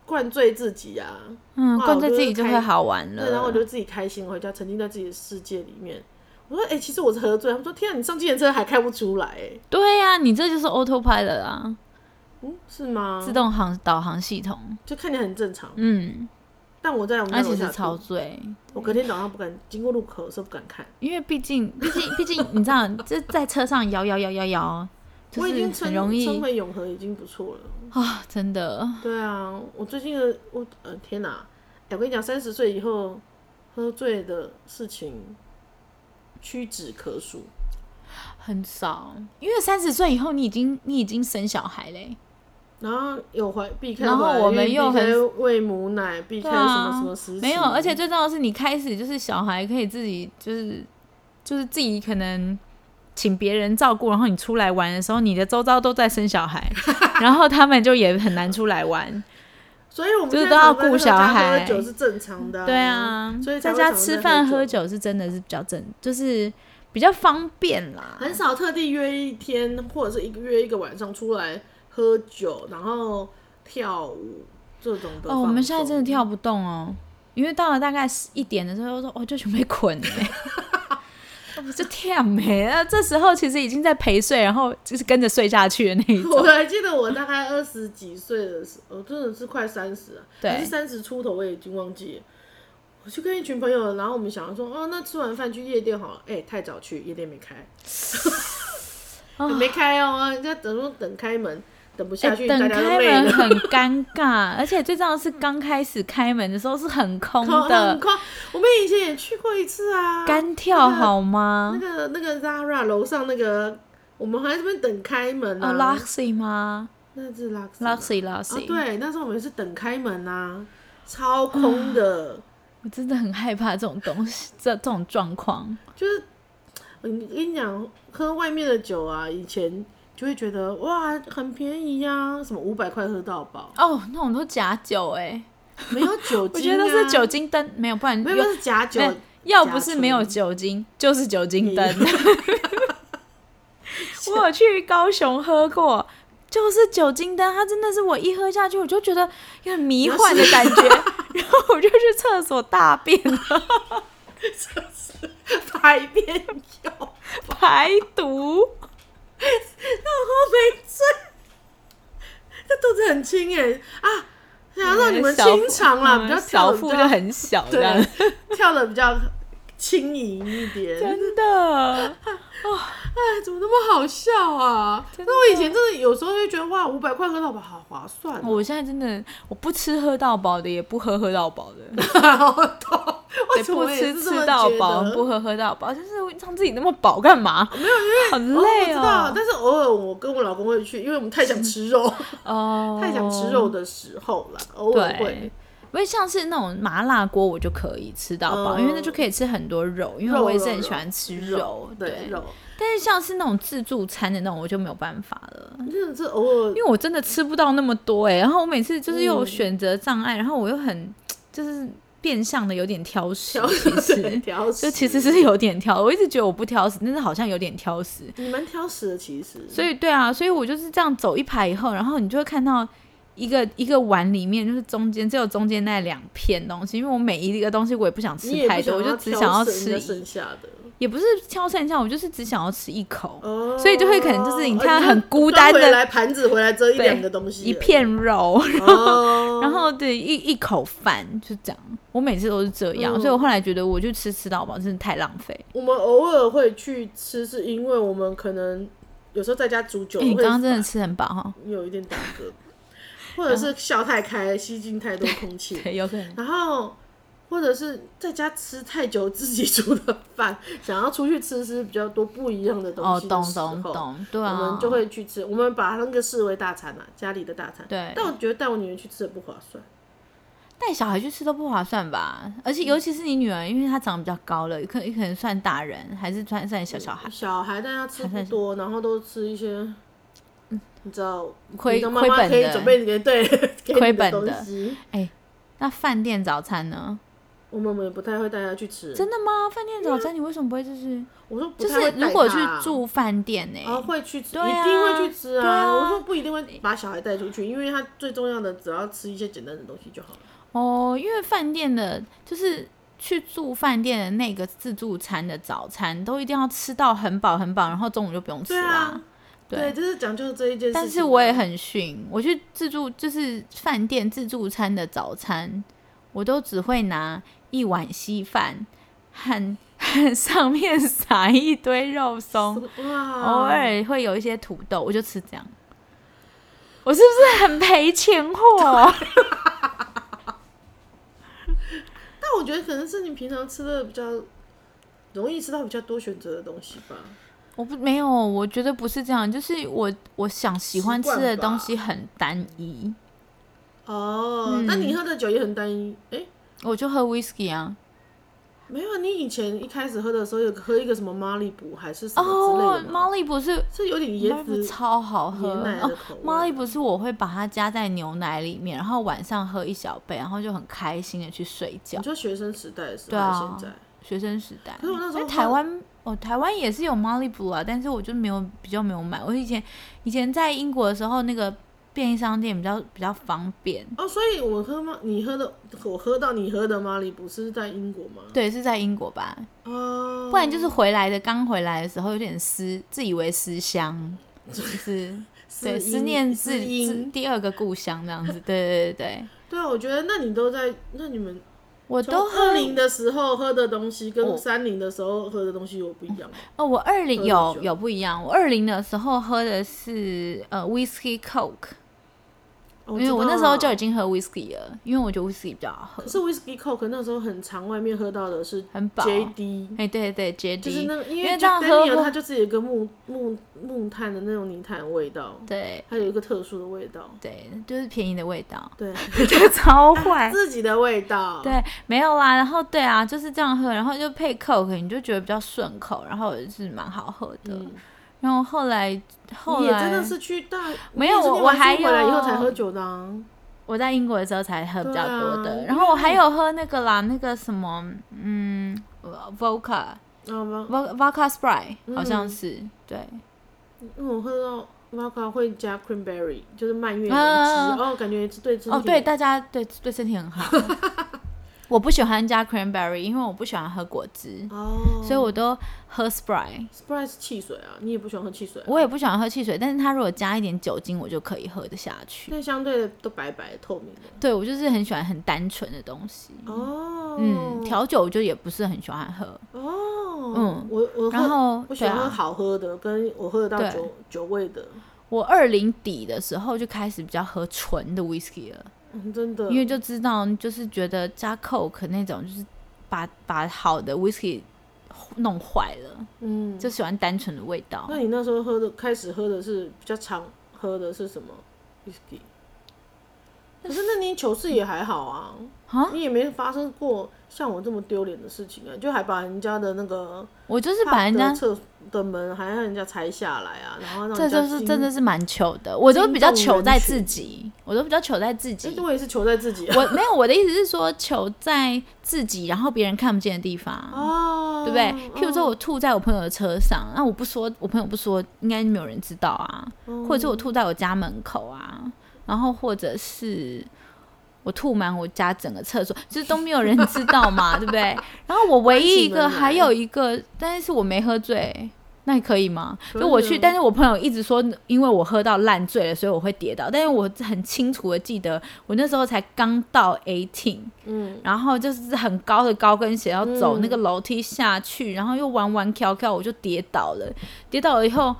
[SPEAKER 4] 灌醉自己啊，
[SPEAKER 3] 嗯，
[SPEAKER 4] 哇
[SPEAKER 3] 灌
[SPEAKER 4] 我
[SPEAKER 3] 醉
[SPEAKER 4] 就
[SPEAKER 3] 自
[SPEAKER 4] 是
[SPEAKER 3] 己就
[SPEAKER 4] 开
[SPEAKER 3] 会好玩了。
[SPEAKER 4] 对，然后我就自己开心回家，沉浸在自己的世界里面。我说，哎、其实我是喝醉。他们说，天啊，你上计程车还开不出来、欸，
[SPEAKER 3] 对呀、你这就是 autopilot 啊，
[SPEAKER 4] 嗯，是吗？
[SPEAKER 3] 自动航导航系统。
[SPEAKER 4] 就看起来很正常，
[SPEAKER 3] 嗯，
[SPEAKER 4] 但我在我们
[SPEAKER 3] 那
[SPEAKER 4] 家楼
[SPEAKER 3] 其实
[SPEAKER 4] 下
[SPEAKER 3] 超
[SPEAKER 4] 吐，
[SPEAKER 3] 醉，
[SPEAKER 4] 我隔天早上不敢经过路口的时候不敢看。
[SPEAKER 3] 因为毕竟毕竟毕竟你知道，这在车上摇摇摇摇摇，就
[SPEAKER 4] 我已
[SPEAKER 3] 是
[SPEAKER 4] 经
[SPEAKER 3] 很
[SPEAKER 4] 撑
[SPEAKER 3] 容易
[SPEAKER 4] 撑回永和已经不错了。
[SPEAKER 3] 啊，真的。
[SPEAKER 4] 对啊，我最近的我呃天哪、哎我跟你讲，三十岁以后喝醉的事情屈指可数。
[SPEAKER 3] 很少，因为三十岁以后你已经你已经生小孩嘞，
[SPEAKER 4] 然后有怀避开怀
[SPEAKER 3] 然
[SPEAKER 4] 孕，
[SPEAKER 3] 后我们又
[SPEAKER 4] 避开
[SPEAKER 3] 很
[SPEAKER 4] 喂母奶，避开
[SPEAKER 3] 对
[SPEAKER 4] 什么
[SPEAKER 3] 啊
[SPEAKER 4] 什么时期，
[SPEAKER 3] 没有，而且最重要的是你开始就是小孩可以自己就是就是自己可能请别人照顾，然后你出来玩的时候，你的周遭都在生小 孩，然后他们就也很难出来玩，
[SPEAKER 4] 所以我们
[SPEAKER 3] 就是
[SPEAKER 4] 现在
[SPEAKER 3] 都要
[SPEAKER 4] 常常
[SPEAKER 3] 顾
[SPEAKER 4] 在
[SPEAKER 3] 小
[SPEAKER 4] 家喝
[SPEAKER 3] 孩
[SPEAKER 4] 酒是正常的、
[SPEAKER 3] 对啊，
[SPEAKER 4] 嗯所以才
[SPEAKER 3] 在
[SPEAKER 4] 会
[SPEAKER 3] 家
[SPEAKER 4] 常常
[SPEAKER 3] 吃
[SPEAKER 4] 在
[SPEAKER 3] 饭
[SPEAKER 4] 喝
[SPEAKER 3] 喝酒是真的是比较正，就是比较方便啦，
[SPEAKER 4] 很少特地约一天或者是一个约一个晚上出来喝酒，然后跳舞这种的。
[SPEAKER 3] 哦，我们现在真的。跳不动哦，因为到了大概一点的时候，我说我哦就准备捆 了，我就跳没了。这时候其实已经在陪睡，然后就是跟着睡下去的那 一
[SPEAKER 4] 我
[SPEAKER 3] 种。
[SPEAKER 4] 还记得我大概二十几岁的时候，我真的是快三十啊，
[SPEAKER 3] 对
[SPEAKER 4] 还是三十出头，我也已经忘记了。我去跟一群朋友，然后我们想要说，哦，那吃完饭去夜店好了。哎、太早去，夜店没 开，没开哦，要等说等开门，等不下去，大
[SPEAKER 3] 哎等
[SPEAKER 4] 家都
[SPEAKER 3] 开
[SPEAKER 4] 累
[SPEAKER 3] 门
[SPEAKER 4] 了，
[SPEAKER 3] 很尴尬， 而且最重要的是刚开始开门的时候是很空
[SPEAKER 4] 空很
[SPEAKER 3] 的，
[SPEAKER 4] 空。我们以前也去过一次啊，
[SPEAKER 3] 干跳好
[SPEAKER 4] 那
[SPEAKER 3] 吗？
[SPEAKER 4] 个那个 Zara 楼上那个，我们还在这边等开门
[SPEAKER 3] 哦
[SPEAKER 4] 啊。
[SPEAKER 3] ，Luxy 吗？
[SPEAKER 4] 那是 Lux
[SPEAKER 3] Luxy
[SPEAKER 4] 啊
[SPEAKER 3] Luxy，、，
[SPEAKER 4] 对，那时候我们是等开门啊，超空的，
[SPEAKER 3] 我真的很害怕这种东西， 这这种状况。
[SPEAKER 4] 就是嗯跟你讲，喝外面的酒啊，以前就会觉得哇很便宜呀、什么五百块喝到饱，
[SPEAKER 3] 哦，那种都假酒哎、
[SPEAKER 4] 没有酒精、啊，
[SPEAKER 3] 我觉得是酒，精灯，没有，不然
[SPEAKER 4] 没有没有是假酒
[SPEAKER 3] 没，有要
[SPEAKER 4] 假
[SPEAKER 3] 不是没有
[SPEAKER 4] 纯
[SPEAKER 3] 酒精，就是酒精 灯。
[SPEAKER 4] 嗯
[SPEAKER 3] 我有去高雄喝过，就是酒精灯，它真的是我一喝下去，我就觉得有点迷幻的感 觉，然后我就去厕所大便
[SPEAKER 4] 排便 酒，
[SPEAKER 3] 排毒。
[SPEAKER 4] 我没醉，这肚子很轻哎、啊，想让你们
[SPEAKER 3] 小腹
[SPEAKER 4] 清肠啦，比较
[SPEAKER 3] 嗯小
[SPEAKER 4] 跳得
[SPEAKER 3] 腹
[SPEAKER 4] 比
[SPEAKER 3] 就
[SPEAKER 4] 较
[SPEAKER 3] 很小这样，
[SPEAKER 4] 对，跳的比较轻盈一 点，
[SPEAKER 3] 真的。
[SPEAKER 4] 哎，怎么那么好笑啊？那我以前真的有时候就觉得哇，五百块喝到饱好划算、 啊，
[SPEAKER 3] 我现在真的我不吃喝到饱的，也不喝喝到饱的。
[SPEAKER 4] 好懂。
[SPEAKER 3] 对，
[SPEAKER 4] 为什么
[SPEAKER 3] 不
[SPEAKER 4] 我也
[SPEAKER 3] 吃
[SPEAKER 4] 是这
[SPEAKER 3] 吃
[SPEAKER 4] 么
[SPEAKER 3] 到
[SPEAKER 4] 觉
[SPEAKER 3] 饱，
[SPEAKER 4] 得
[SPEAKER 3] 不喝喝到饱，就是让自己那么饱干嘛？没有，因为
[SPEAKER 4] 哦
[SPEAKER 3] 很
[SPEAKER 4] 我
[SPEAKER 3] 累
[SPEAKER 4] 知道，
[SPEAKER 3] 哦。
[SPEAKER 4] 但是偶尔我跟我老公会去，因为我们太想吃肉，
[SPEAKER 3] 哦，
[SPEAKER 4] 太想吃肉。的时候啦，偶尔会
[SPEAKER 3] 对。，因为像是那种麻辣锅，我就可以吃到饱，
[SPEAKER 4] 嗯
[SPEAKER 3] 因为那就可以吃很多肉，因为
[SPEAKER 4] 肉
[SPEAKER 3] 我也
[SPEAKER 4] 肉
[SPEAKER 3] 是很
[SPEAKER 4] 肉
[SPEAKER 3] 喜欢吃
[SPEAKER 4] 对
[SPEAKER 3] 对。
[SPEAKER 4] 肉，
[SPEAKER 3] 但是像是那种自助餐的那种，我就没有办法了。
[SPEAKER 4] 真的是偶尔
[SPEAKER 3] 因为我真的吃不到那么多哎、然后我每次就是又有
[SPEAKER 4] 嗯
[SPEAKER 3] 选择障碍，然后我又很就是变相的有点挑食，
[SPEAKER 4] 挑
[SPEAKER 3] 其
[SPEAKER 4] 食，
[SPEAKER 3] 实
[SPEAKER 4] 挑食，
[SPEAKER 3] 就其实是有点挑，我一直觉得我不挑食，但是好像有点挑食，
[SPEAKER 4] 你蛮挑食的，其实。
[SPEAKER 3] 所以对啊，所以我就是这样走一排以后，然后你就会看到一个一个碗里面就是中间只有中间那两片东西，因为我每一个东西我也不想
[SPEAKER 4] 你
[SPEAKER 3] 吃
[SPEAKER 4] 也不
[SPEAKER 3] 太多，我就只
[SPEAKER 4] 挑
[SPEAKER 3] 想要
[SPEAKER 4] 剩
[SPEAKER 3] 吃
[SPEAKER 4] 的
[SPEAKER 3] 一
[SPEAKER 4] 剩，下的，
[SPEAKER 3] 也不是挑剩下，我就是只想要吃一口，
[SPEAKER 4] 哦
[SPEAKER 3] 所以就会可能就是你看
[SPEAKER 4] 哦
[SPEAKER 3] 很
[SPEAKER 4] 就
[SPEAKER 3] 孤
[SPEAKER 4] 端
[SPEAKER 3] 单
[SPEAKER 4] 回
[SPEAKER 3] 的
[SPEAKER 4] 来盘子回来只有一
[SPEAKER 3] 对
[SPEAKER 4] 两个东西而已，
[SPEAKER 3] 一片肉，
[SPEAKER 4] 哦，
[SPEAKER 3] 然后对一一口饭就这样，我每次都是这样，
[SPEAKER 4] 嗯
[SPEAKER 3] 所以我后来觉得我就吃吃到饱真的太浪费。
[SPEAKER 4] 我们偶尔会去吃，是因为我们可能有时候在家煮酒，
[SPEAKER 3] 哎、你
[SPEAKER 4] 会
[SPEAKER 3] 刚刚真的吃很饱哈，
[SPEAKER 4] 有一点打嗝，或者是笑太开，吸进太多空气，
[SPEAKER 3] 对，有可能。
[SPEAKER 4] 然后或者是在家吃太久自己煮的饭，想要出去吃吃比较多不一样的东
[SPEAKER 3] 哦，
[SPEAKER 4] 西的
[SPEAKER 3] 懂
[SPEAKER 4] 时候，
[SPEAKER 3] 懂懂，对
[SPEAKER 4] 我
[SPEAKER 3] 啊，
[SPEAKER 4] 们就会去吃，我们把那个视为大餐啊，家里的大餐。
[SPEAKER 3] 对
[SPEAKER 4] 但我觉得带我女儿去吃的不划算。
[SPEAKER 3] 带小孩去吃都不划算吧？而且尤其是你女儿，因为她长得比较高了，可可能算大人，还是算算小小孩，
[SPEAKER 4] 小孩但他吃
[SPEAKER 3] 还
[SPEAKER 4] 不
[SPEAKER 3] 在嗯
[SPEAKER 4] 多，然后都吃一些，你知道，
[SPEAKER 3] 亏
[SPEAKER 4] 你的妈
[SPEAKER 3] 亏
[SPEAKER 4] 妈
[SPEAKER 3] 本
[SPEAKER 4] 可以
[SPEAKER 3] 的
[SPEAKER 4] 准备给对 给
[SPEAKER 3] 亏
[SPEAKER 4] 你的
[SPEAKER 3] 本
[SPEAKER 4] 东
[SPEAKER 3] 的
[SPEAKER 4] 西。
[SPEAKER 3] 那饭店早餐呢？
[SPEAKER 4] 我们也不太会带他去吃，
[SPEAKER 3] 真的吗？饭店早餐你为什么啊不会就是
[SPEAKER 4] 我说不
[SPEAKER 3] 就
[SPEAKER 4] 太会
[SPEAKER 3] 是
[SPEAKER 4] 带他
[SPEAKER 3] 如果去住饭店呢、
[SPEAKER 4] 哦会去吃，
[SPEAKER 3] 对
[SPEAKER 4] 一
[SPEAKER 3] 啊
[SPEAKER 4] 定会去吃
[SPEAKER 3] 对啊
[SPEAKER 4] 我说不一定会把小孩带出去，因为他最重要的只要吃一些简单的东西就好了。
[SPEAKER 3] 哦，因为饭店的就是。去住饭店的那个自助餐的早餐，都一定要吃到很饱很饱，然后中午就不用吃
[SPEAKER 4] 对
[SPEAKER 3] 啦。
[SPEAKER 4] 啊，
[SPEAKER 3] 对
[SPEAKER 4] 对，就是讲究这一件事情。啊
[SPEAKER 3] 但是我也很逊，我去自助就是饭店自助餐的早餐，我都只会拿一碗稀饭 和和上面撒一堆肉松，
[SPEAKER 4] 哇，
[SPEAKER 3] 偶尔会有一些土豆，我就吃这样。我是不是很赔钱
[SPEAKER 4] 啊
[SPEAKER 3] 货？
[SPEAKER 4] 但我觉得可能是你平常吃的比较容易吃到比较多选择的东西吧。
[SPEAKER 3] 我不没有，我觉得不是这样，就是我我想喜欢
[SPEAKER 4] 习
[SPEAKER 3] 吃
[SPEAKER 4] 惯
[SPEAKER 3] 的
[SPEAKER 4] 吧
[SPEAKER 3] 东西很单一，嗯
[SPEAKER 4] 哦，那、你喝的酒也很单一，哎、
[SPEAKER 3] 我就喝 whisky 啊。
[SPEAKER 4] 没有，你以前一开始喝的时候有喝一个什么马利补还是什么
[SPEAKER 3] 哦
[SPEAKER 4] 之类的吗？
[SPEAKER 3] ，Molly 不是
[SPEAKER 4] 是有点
[SPEAKER 3] 椰
[SPEAKER 4] 椰
[SPEAKER 3] 子
[SPEAKER 4] 子
[SPEAKER 3] 超好喝
[SPEAKER 4] 椰奶的
[SPEAKER 3] 哦
[SPEAKER 4] 口味。
[SPEAKER 3] 猫力不是我会把它加在牛奶里面，然后晚上喝一小杯，然后就很开心的去睡觉
[SPEAKER 4] 你。说学生时代的时候，
[SPEAKER 3] 对啊
[SPEAKER 4] 还是现在
[SPEAKER 3] 学生时代，
[SPEAKER 4] 可是我那时候
[SPEAKER 3] 因为
[SPEAKER 4] 喝
[SPEAKER 3] 台湾哦，台湾也是有猫力布啊，但是我就没有比较没有买。我以前以前在英国的时候，那个便利商店比较比较方便。
[SPEAKER 4] 哦，所以我喝吗？你喝的，我喝到你喝的马里不是在英国吗？
[SPEAKER 3] 对，是在英国吧？
[SPEAKER 4] 哦，
[SPEAKER 3] 不然就是回来的，刚回来的时候有点思，自以为思乡， 就是对
[SPEAKER 4] 是
[SPEAKER 3] 思
[SPEAKER 4] 英
[SPEAKER 3] 念
[SPEAKER 4] 是
[SPEAKER 3] 自自
[SPEAKER 4] 英。
[SPEAKER 3] 第二个故乡这样子。对对对对，
[SPEAKER 4] 对啊，我觉得那你都在，那你们
[SPEAKER 3] 我
[SPEAKER 4] 从
[SPEAKER 3] 都
[SPEAKER 4] 二
[SPEAKER 3] 喝哦
[SPEAKER 4] 零的时候喝的东西跟
[SPEAKER 3] 我
[SPEAKER 4] 三零的时候喝的东西有不一样吗？
[SPEAKER 3] 哦，我二零
[SPEAKER 4] 喝
[SPEAKER 3] 有
[SPEAKER 4] 酒
[SPEAKER 3] 有不一样。我二零的时候喝的是呃 whiskey coke，
[SPEAKER 4] 因
[SPEAKER 3] 因为我那时候就已经喝 whisky 了，因为我觉得 whisky 比较好喝
[SPEAKER 4] 可，是 whisky coke 那时候很常外面喝到的是
[SPEAKER 3] 很饱。
[SPEAKER 4] JD，
[SPEAKER 3] 哎，对对对
[SPEAKER 4] 就是
[SPEAKER 3] JD，
[SPEAKER 4] 那个因
[SPEAKER 3] 因为
[SPEAKER 4] 为
[SPEAKER 3] 这样
[SPEAKER 4] Jack
[SPEAKER 3] 喝
[SPEAKER 4] Daniel
[SPEAKER 3] 过
[SPEAKER 4] 它就是有一个木木木炭的那种泥炭的味道，
[SPEAKER 3] 对
[SPEAKER 4] 它有一个特殊的味道，
[SPEAKER 3] 对，就是便宜的味道，
[SPEAKER 4] 对，
[SPEAKER 3] 超坏。
[SPEAKER 4] 自己的味道，
[SPEAKER 3] 对，没有啦，然后对啊，就是这样喝，然后就配 coke，你就觉得比较顺口，然后也是蛮好喝的。
[SPEAKER 4] 嗯，
[SPEAKER 3] 然后后来后
[SPEAKER 4] 你也
[SPEAKER 3] 来
[SPEAKER 4] 真的是去大
[SPEAKER 3] 没有
[SPEAKER 4] 你也是
[SPEAKER 3] 我
[SPEAKER 4] 念
[SPEAKER 3] 我
[SPEAKER 4] 完书
[SPEAKER 3] 还
[SPEAKER 4] 回来以后
[SPEAKER 3] 有
[SPEAKER 4] 才喝酒的啊，
[SPEAKER 3] 我在英国的时候才喝比较多的，
[SPEAKER 4] 对啊
[SPEAKER 3] 然后我还有喝那个啦，那个什么，嗯，vodka
[SPEAKER 4] 好吗？
[SPEAKER 3] vodka vodka sprite、
[SPEAKER 4] 嗯
[SPEAKER 3] 好像是对，
[SPEAKER 4] 因为我喝到 v o d a 会加 cranberry，就是蔓越莓汁，
[SPEAKER 3] 啊
[SPEAKER 4] 哦，感觉是对身体
[SPEAKER 3] 哦对，大家对对身体很好。 我不喜欢加 cranberry，因为我不喜欢喝果汁，
[SPEAKER 4] 哦，
[SPEAKER 3] 所以我都喝 sprite。
[SPEAKER 4] Sprite 是汽水啊，你也不喜欢喝汽水啊、
[SPEAKER 3] 我也不喜欢喝汽水，但是它如果加一点酒精，我就可以喝得下去。
[SPEAKER 4] 那相对的都白白的透明的。
[SPEAKER 3] 对我就是很喜欢很单纯的东西。
[SPEAKER 4] 哦，
[SPEAKER 3] 嗯，调酒我就也不是很喜欢喝。
[SPEAKER 4] 哦，
[SPEAKER 3] 嗯
[SPEAKER 4] 我我喝
[SPEAKER 3] 然后
[SPEAKER 4] 我喜欢
[SPEAKER 3] 对啊
[SPEAKER 4] 喝好喝的，跟我喝得到
[SPEAKER 3] 对
[SPEAKER 4] 酒酒味的，
[SPEAKER 3] 我二零底的时候就开始比较喝纯的 whisky 了，
[SPEAKER 4] 嗯，真的，
[SPEAKER 3] 因为就知道就是觉得加 coke 那种就是把把好的 whisky 弄坏了，
[SPEAKER 4] 嗯，
[SPEAKER 3] 就喜欢单纯的味道
[SPEAKER 4] 那。你那时候喝的开始喝的是比较常喝的是什么 whisky？可是那你糗事也还好啊，
[SPEAKER 3] 啊，
[SPEAKER 4] 你也没发生过像我这么丢脸的事情啊，就还把人家的那个
[SPEAKER 3] 我就是把人家
[SPEAKER 4] 他的厕的门还让人家拆下来啊，然后让
[SPEAKER 3] 这
[SPEAKER 4] 人家
[SPEAKER 3] 就是
[SPEAKER 4] 惊
[SPEAKER 3] 真的是蛮糗的，我都比较糗在自
[SPEAKER 4] 惊
[SPEAKER 3] 己，我都比较糗在自己
[SPEAKER 4] 哎，。我也是求在自己啊。
[SPEAKER 3] 我没有我的意思是说糗在自己，然后别人看不见的地方。
[SPEAKER 4] 哦，
[SPEAKER 3] 对不对？譬如说，我吐在我朋友的车上，那我不说，我朋友不说，应该没有人知道啊。
[SPEAKER 4] 嗯
[SPEAKER 3] 或者是我吐在我家门口啊，然后或者是我吐满我家整个厕所，就是都没有人知道嘛， 对不对？然后我唯一一个
[SPEAKER 4] 关起门来
[SPEAKER 3] 还有一个，但是我没喝醉，那可以吗？
[SPEAKER 4] 可以
[SPEAKER 3] 就我
[SPEAKER 4] 啊
[SPEAKER 3] 去，但是我朋友一直说，因为我喝到烂醉了，所以我会跌倒。但是我很清楚的记得，我那时候才刚到 eighteen，
[SPEAKER 4] 嗯，
[SPEAKER 3] 然后就是很高的高跟鞋，要走
[SPEAKER 4] 嗯
[SPEAKER 3] 那个楼梯下去，然后又弯弯翘翘，我就跌倒了。跌倒了以后，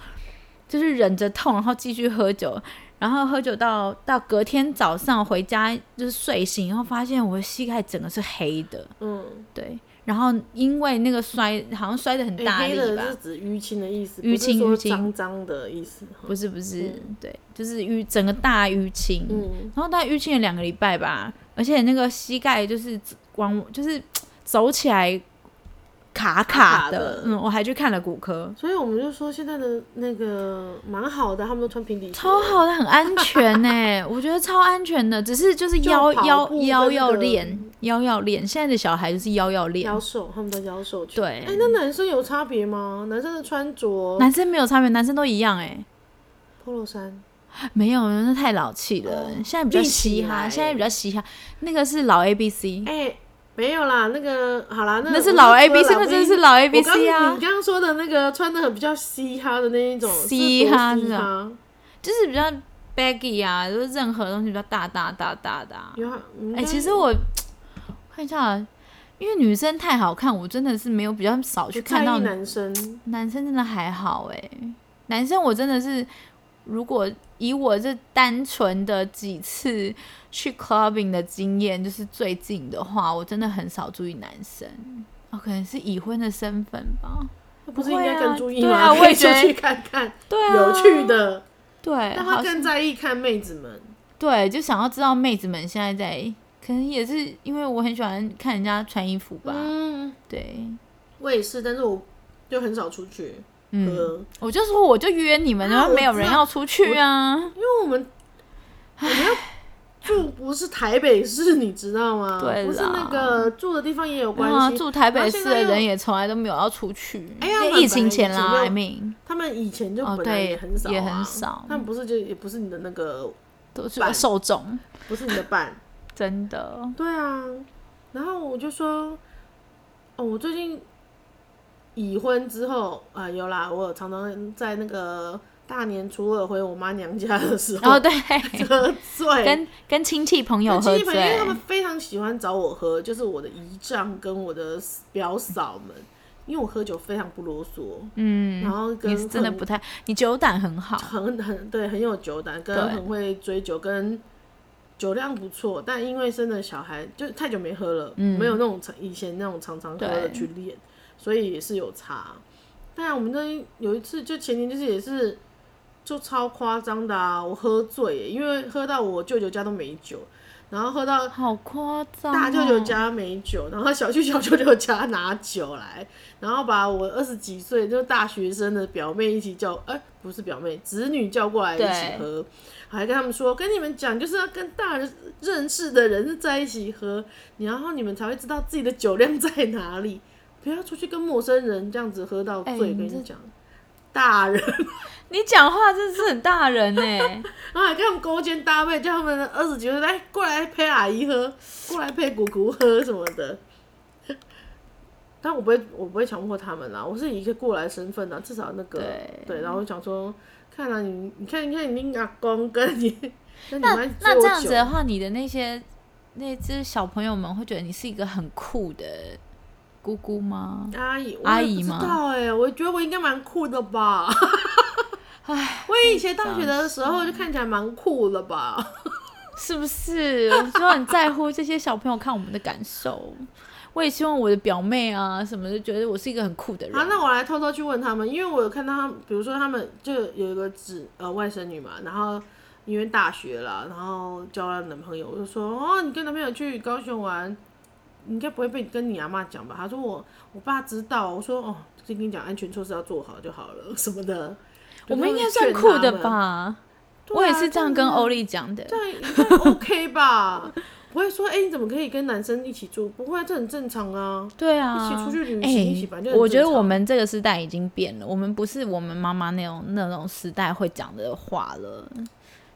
[SPEAKER 3] 就是忍着痛，然后继续喝酒，然后喝酒到到隔天早上回家就是睡醒，然后发现我的膝盖整个是黑的，
[SPEAKER 4] 嗯，
[SPEAKER 3] 对。然后因为那个摔，好像摔的很
[SPEAKER 4] 哎
[SPEAKER 3] 大力
[SPEAKER 4] 黑
[SPEAKER 3] 吧，
[SPEAKER 4] 的是指淤青的意思，
[SPEAKER 3] 淤青
[SPEAKER 4] 不是
[SPEAKER 3] 淤
[SPEAKER 4] 说
[SPEAKER 3] 青
[SPEAKER 4] 脏脏的意思。
[SPEAKER 3] 不是不是，对，就是淤整个大淤青，
[SPEAKER 4] 嗯，
[SPEAKER 3] 然后大概淤青了两个礼拜吧，而且那个膝盖就是往就是走起来卡卡
[SPEAKER 4] 卡的
[SPEAKER 3] 嗯，我还去看了骨科，
[SPEAKER 4] 所以我们就说现在的那个蛮好的，他们都穿平底鞋，
[SPEAKER 3] 超好的，很安全呢、 我觉得超安全的，只是就是
[SPEAKER 4] 就
[SPEAKER 3] 腰
[SPEAKER 4] 跑
[SPEAKER 3] 腰
[SPEAKER 4] 步
[SPEAKER 3] 腰
[SPEAKER 4] 跟
[SPEAKER 3] 要
[SPEAKER 4] 那个嗯
[SPEAKER 3] 练，腰要练，现在的小孩就是腰要练
[SPEAKER 4] 妖，兽，他们的妖兽裙。
[SPEAKER 3] 对
[SPEAKER 4] 哎，那男生有差别吗？男生的穿着
[SPEAKER 3] 男生没有差别，男生都一样哎、
[SPEAKER 4] polo 衫，
[SPEAKER 3] 没有，那太老气了，现在比较
[SPEAKER 4] 立
[SPEAKER 3] 嘻
[SPEAKER 4] 起
[SPEAKER 3] 哈，
[SPEAKER 4] 哦来
[SPEAKER 3] 现在比较嘻哈，那个是老 A B C，
[SPEAKER 4] 哎，没有啦，那个好啦，那
[SPEAKER 3] 那
[SPEAKER 4] 那
[SPEAKER 3] 是老 A B C，那真的是老 A
[SPEAKER 4] 我
[SPEAKER 3] B
[SPEAKER 4] 刚
[SPEAKER 3] C 啊
[SPEAKER 4] 你，刚刚说的那个穿的很比较嘻哈的那一种，是多
[SPEAKER 3] 嘻哈
[SPEAKER 4] 嘻
[SPEAKER 3] 那种
[SPEAKER 4] 哈，
[SPEAKER 3] 就是比较 baggy 啊，就是任何东西比较大大大大的、啊。
[SPEAKER 4] 有啊应
[SPEAKER 3] 哎、
[SPEAKER 4] 该
[SPEAKER 3] 其实我看一下啊，因为女生太好看，我真的是没有比较少
[SPEAKER 4] 不
[SPEAKER 3] 去
[SPEAKER 4] 在
[SPEAKER 3] 看
[SPEAKER 4] 意
[SPEAKER 3] 到
[SPEAKER 4] 男生，
[SPEAKER 3] 男生真的还好哎、男生我真的是，如果以我这单纯的几次去 clubbing 的经验，就是最近的话，我真的很少注意男生。哦，可能是已婚的身份吧。
[SPEAKER 4] 那不是应该更注意
[SPEAKER 3] 对
[SPEAKER 4] 吗？
[SPEAKER 3] 啊我
[SPEAKER 4] 可以
[SPEAKER 3] 也觉得
[SPEAKER 4] 出去看看，
[SPEAKER 3] 对啊，
[SPEAKER 4] 有趣。的，
[SPEAKER 3] 对，
[SPEAKER 4] 让
[SPEAKER 3] 哎好像
[SPEAKER 4] 他更在意看妹子们。
[SPEAKER 3] 对，就想要知道妹子们现在在，可能也是因为我很喜欢看人家穿衣服吧。
[SPEAKER 4] 嗯，
[SPEAKER 3] 对，
[SPEAKER 4] 我也是，但是我就很少出去
[SPEAKER 3] 嗯，
[SPEAKER 4] 喝，
[SPEAKER 3] 我就说我就约你们，
[SPEAKER 4] 啊
[SPEAKER 3] 然后
[SPEAKER 4] 我
[SPEAKER 3] 没有人
[SPEAKER 4] 知道
[SPEAKER 3] 要出去啊。
[SPEAKER 4] 因为我们我们要住不是台北市，你知道吗？
[SPEAKER 3] 对啦
[SPEAKER 4] 不是那个住的地方也有
[SPEAKER 3] 对啊，
[SPEAKER 4] 关系。
[SPEAKER 3] 住台北
[SPEAKER 4] 然后现
[SPEAKER 3] 市
[SPEAKER 4] 在
[SPEAKER 3] 的
[SPEAKER 4] 又
[SPEAKER 3] 人也从来都没有要出去。
[SPEAKER 4] 哎呀
[SPEAKER 3] 就
[SPEAKER 4] 我们
[SPEAKER 3] 疫情前
[SPEAKER 4] 本来以前
[SPEAKER 3] 啦
[SPEAKER 4] 就
[SPEAKER 3] ，I mean，
[SPEAKER 4] 他们以前就
[SPEAKER 3] 哦
[SPEAKER 4] 本来
[SPEAKER 3] 对
[SPEAKER 4] 也很少、啊
[SPEAKER 3] 也很少
[SPEAKER 4] 他们不是就也不是你的那个，
[SPEAKER 3] 都是
[SPEAKER 4] 办
[SPEAKER 3] 受众，
[SPEAKER 4] 不是你的伴。
[SPEAKER 3] 真的。
[SPEAKER 4] 对啊，然后我就说，哦，我最近已婚之后啊、有啦，我有常常在那个大年初二回我妈娘家的时
[SPEAKER 3] 哦，
[SPEAKER 4] 候
[SPEAKER 3] 对，
[SPEAKER 4] 喝醉，
[SPEAKER 3] 跟跟亲戚朋友
[SPEAKER 4] 跟
[SPEAKER 3] 喝
[SPEAKER 4] 亲戚朋友，因为
[SPEAKER 3] 醉
[SPEAKER 4] 他，们非常喜欢找我喝，就是我的姨丈跟我的表嫂们，因为我喝酒非常不啰嗦，
[SPEAKER 3] 嗯，
[SPEAKER 4] 然后跟
[SPEAKER 3] 你是真的
[SPEAKER 4] 很
[SPEAKER 3] 不太，你酒胆很好，
[SPEAKER 4] 很很对，很有酒胆，跟
[SPEAKER 3] 对
[SPEAKER 4] 很会追酒，跟酒量不错，但因为生了小孩，就太久没喝了，
[SPEAKER 3] 嗯
[SPEAKER 4] 没有那种常以前那种常常喝的
[SPEAKER 3] 对
[SPEAKER 4] 去练，所以也是有差。但我们那有一次，就前年就是也是就超夸张的啊！我喝醉耶，因为喝到我舅舅家都没酒，然后喝到
[SPEAKER 3] 好夸张、哦！
[SPEAKER 4] 大舅舅家没酒， 然后小舅小舅舅家拿酒来，然后把我二十几岁就大学生的表妹一起叫，哎、不是表妹，子女叫过来一起
[SPEAKER 3] 对
[SPEAKER 4] 喝，还跟他们说，跟你们讲，就是要跟大人认识的人在一起喝，然后你们才会知道自己的酒量在哪里，不要出去跟陌生人这样子喝到醉，
[SPEAKER 3] 哎
[SPEAKER 4] 跟
[SPEAKER 3] 你这
[SPEAKER 4] 你讲，大人。
[SPEAKER 3] 你讲话真是很大人哎、
[SPEAKER 4] 然后还跟他们勾肩搭背，叫他们二十几岁来哎过来陪阿姨喝，过来陪姑姑喝什么的。但我不会，我不会强迫他们啦，我是以一个过来身份啦，至少那个
[SPEAKER 3] 对
[SPEAKER 4] 然后我想说，看啊你，你看，你看你阿公跟你，跟你
[SPEAKER 3] 那
[SPEAKER 4] 妈
[SPEAKER 3] 那这样
[SPEAKER 4] 做
[SPEAKER 3] 子
[SPEAKER 4] 酒
[SPEAKER 3] 的话，你的那些那只小朋友们会觉得你是一个很酷的姑姑吗？
[SPEAKER 4] 阿姨，我
[SPEAKER 3] 阿
[SPEAKER 4] 也
[SPEAKER 3] 姨
[SPEAKER 4] 不知
[SPEAKER 3] 吗
[SPEAKER 4] 道哎、我觉得我应该蛮酷的吧。 我以前大学的时候就看起来蛮酷的吧。
[SPEAKER 3] 是不是？我就很在乎这些小朋友看我们的感受。我也希望我的表妹啊什么的，觉得我是一个很酷的人。
[SPEAKER 4] 好，啊那我来偷偷去问他们，因为我有看到他们，比如说他们就有一个子呃外甥女嘛，然后因为大学啦，然后交了男朋友，我就说哦，你跟男朋友去高雄玩，你应该不会被跟你阿妈讲吧？他说我我爸知道，我说哦，就跟你讲安全措施要做好就好了什么的。
[SPEAKER 3] 我
[SPEAKER 4] 就
[SPEAKER 3] 们应该
[SPEAKER 4] 是
[SPEAKER 3] 算
[SPEAKER 4] 劝
[SPEAKER 3] 酷
[SPEAKER 4] 他
[SPEAKER 3] 的
[SPEAKER 4] 们？
[SPEAKER 3] 吧？
[SPEAKER 4] 对
[SPEAKER 3] 我也
[SPEAKER 4] 啊
[SPEAKER 3] 是这样跟
[SPEAKER 4] 真的
[SPEAKER 3] 欧丽讲的。
[SPEAKER 4] 对，应该 OK 吧？不会说哎、你怎么可以跟男生一起住？不会啊，这很正常啊。
[SPEAKER 3] 对啊，
[SPEAKER 4] 一起出去旅行
[SPEAKER 3] 哎
[SPEAKER 4] 一起本来就很
[SPEAKER 3] 我觉得
[SPEAKER 4] 正常
[SPEAKER 3] 我们这个时代已经变了，我们不是我们妈妈那种那种时代会讲的话了。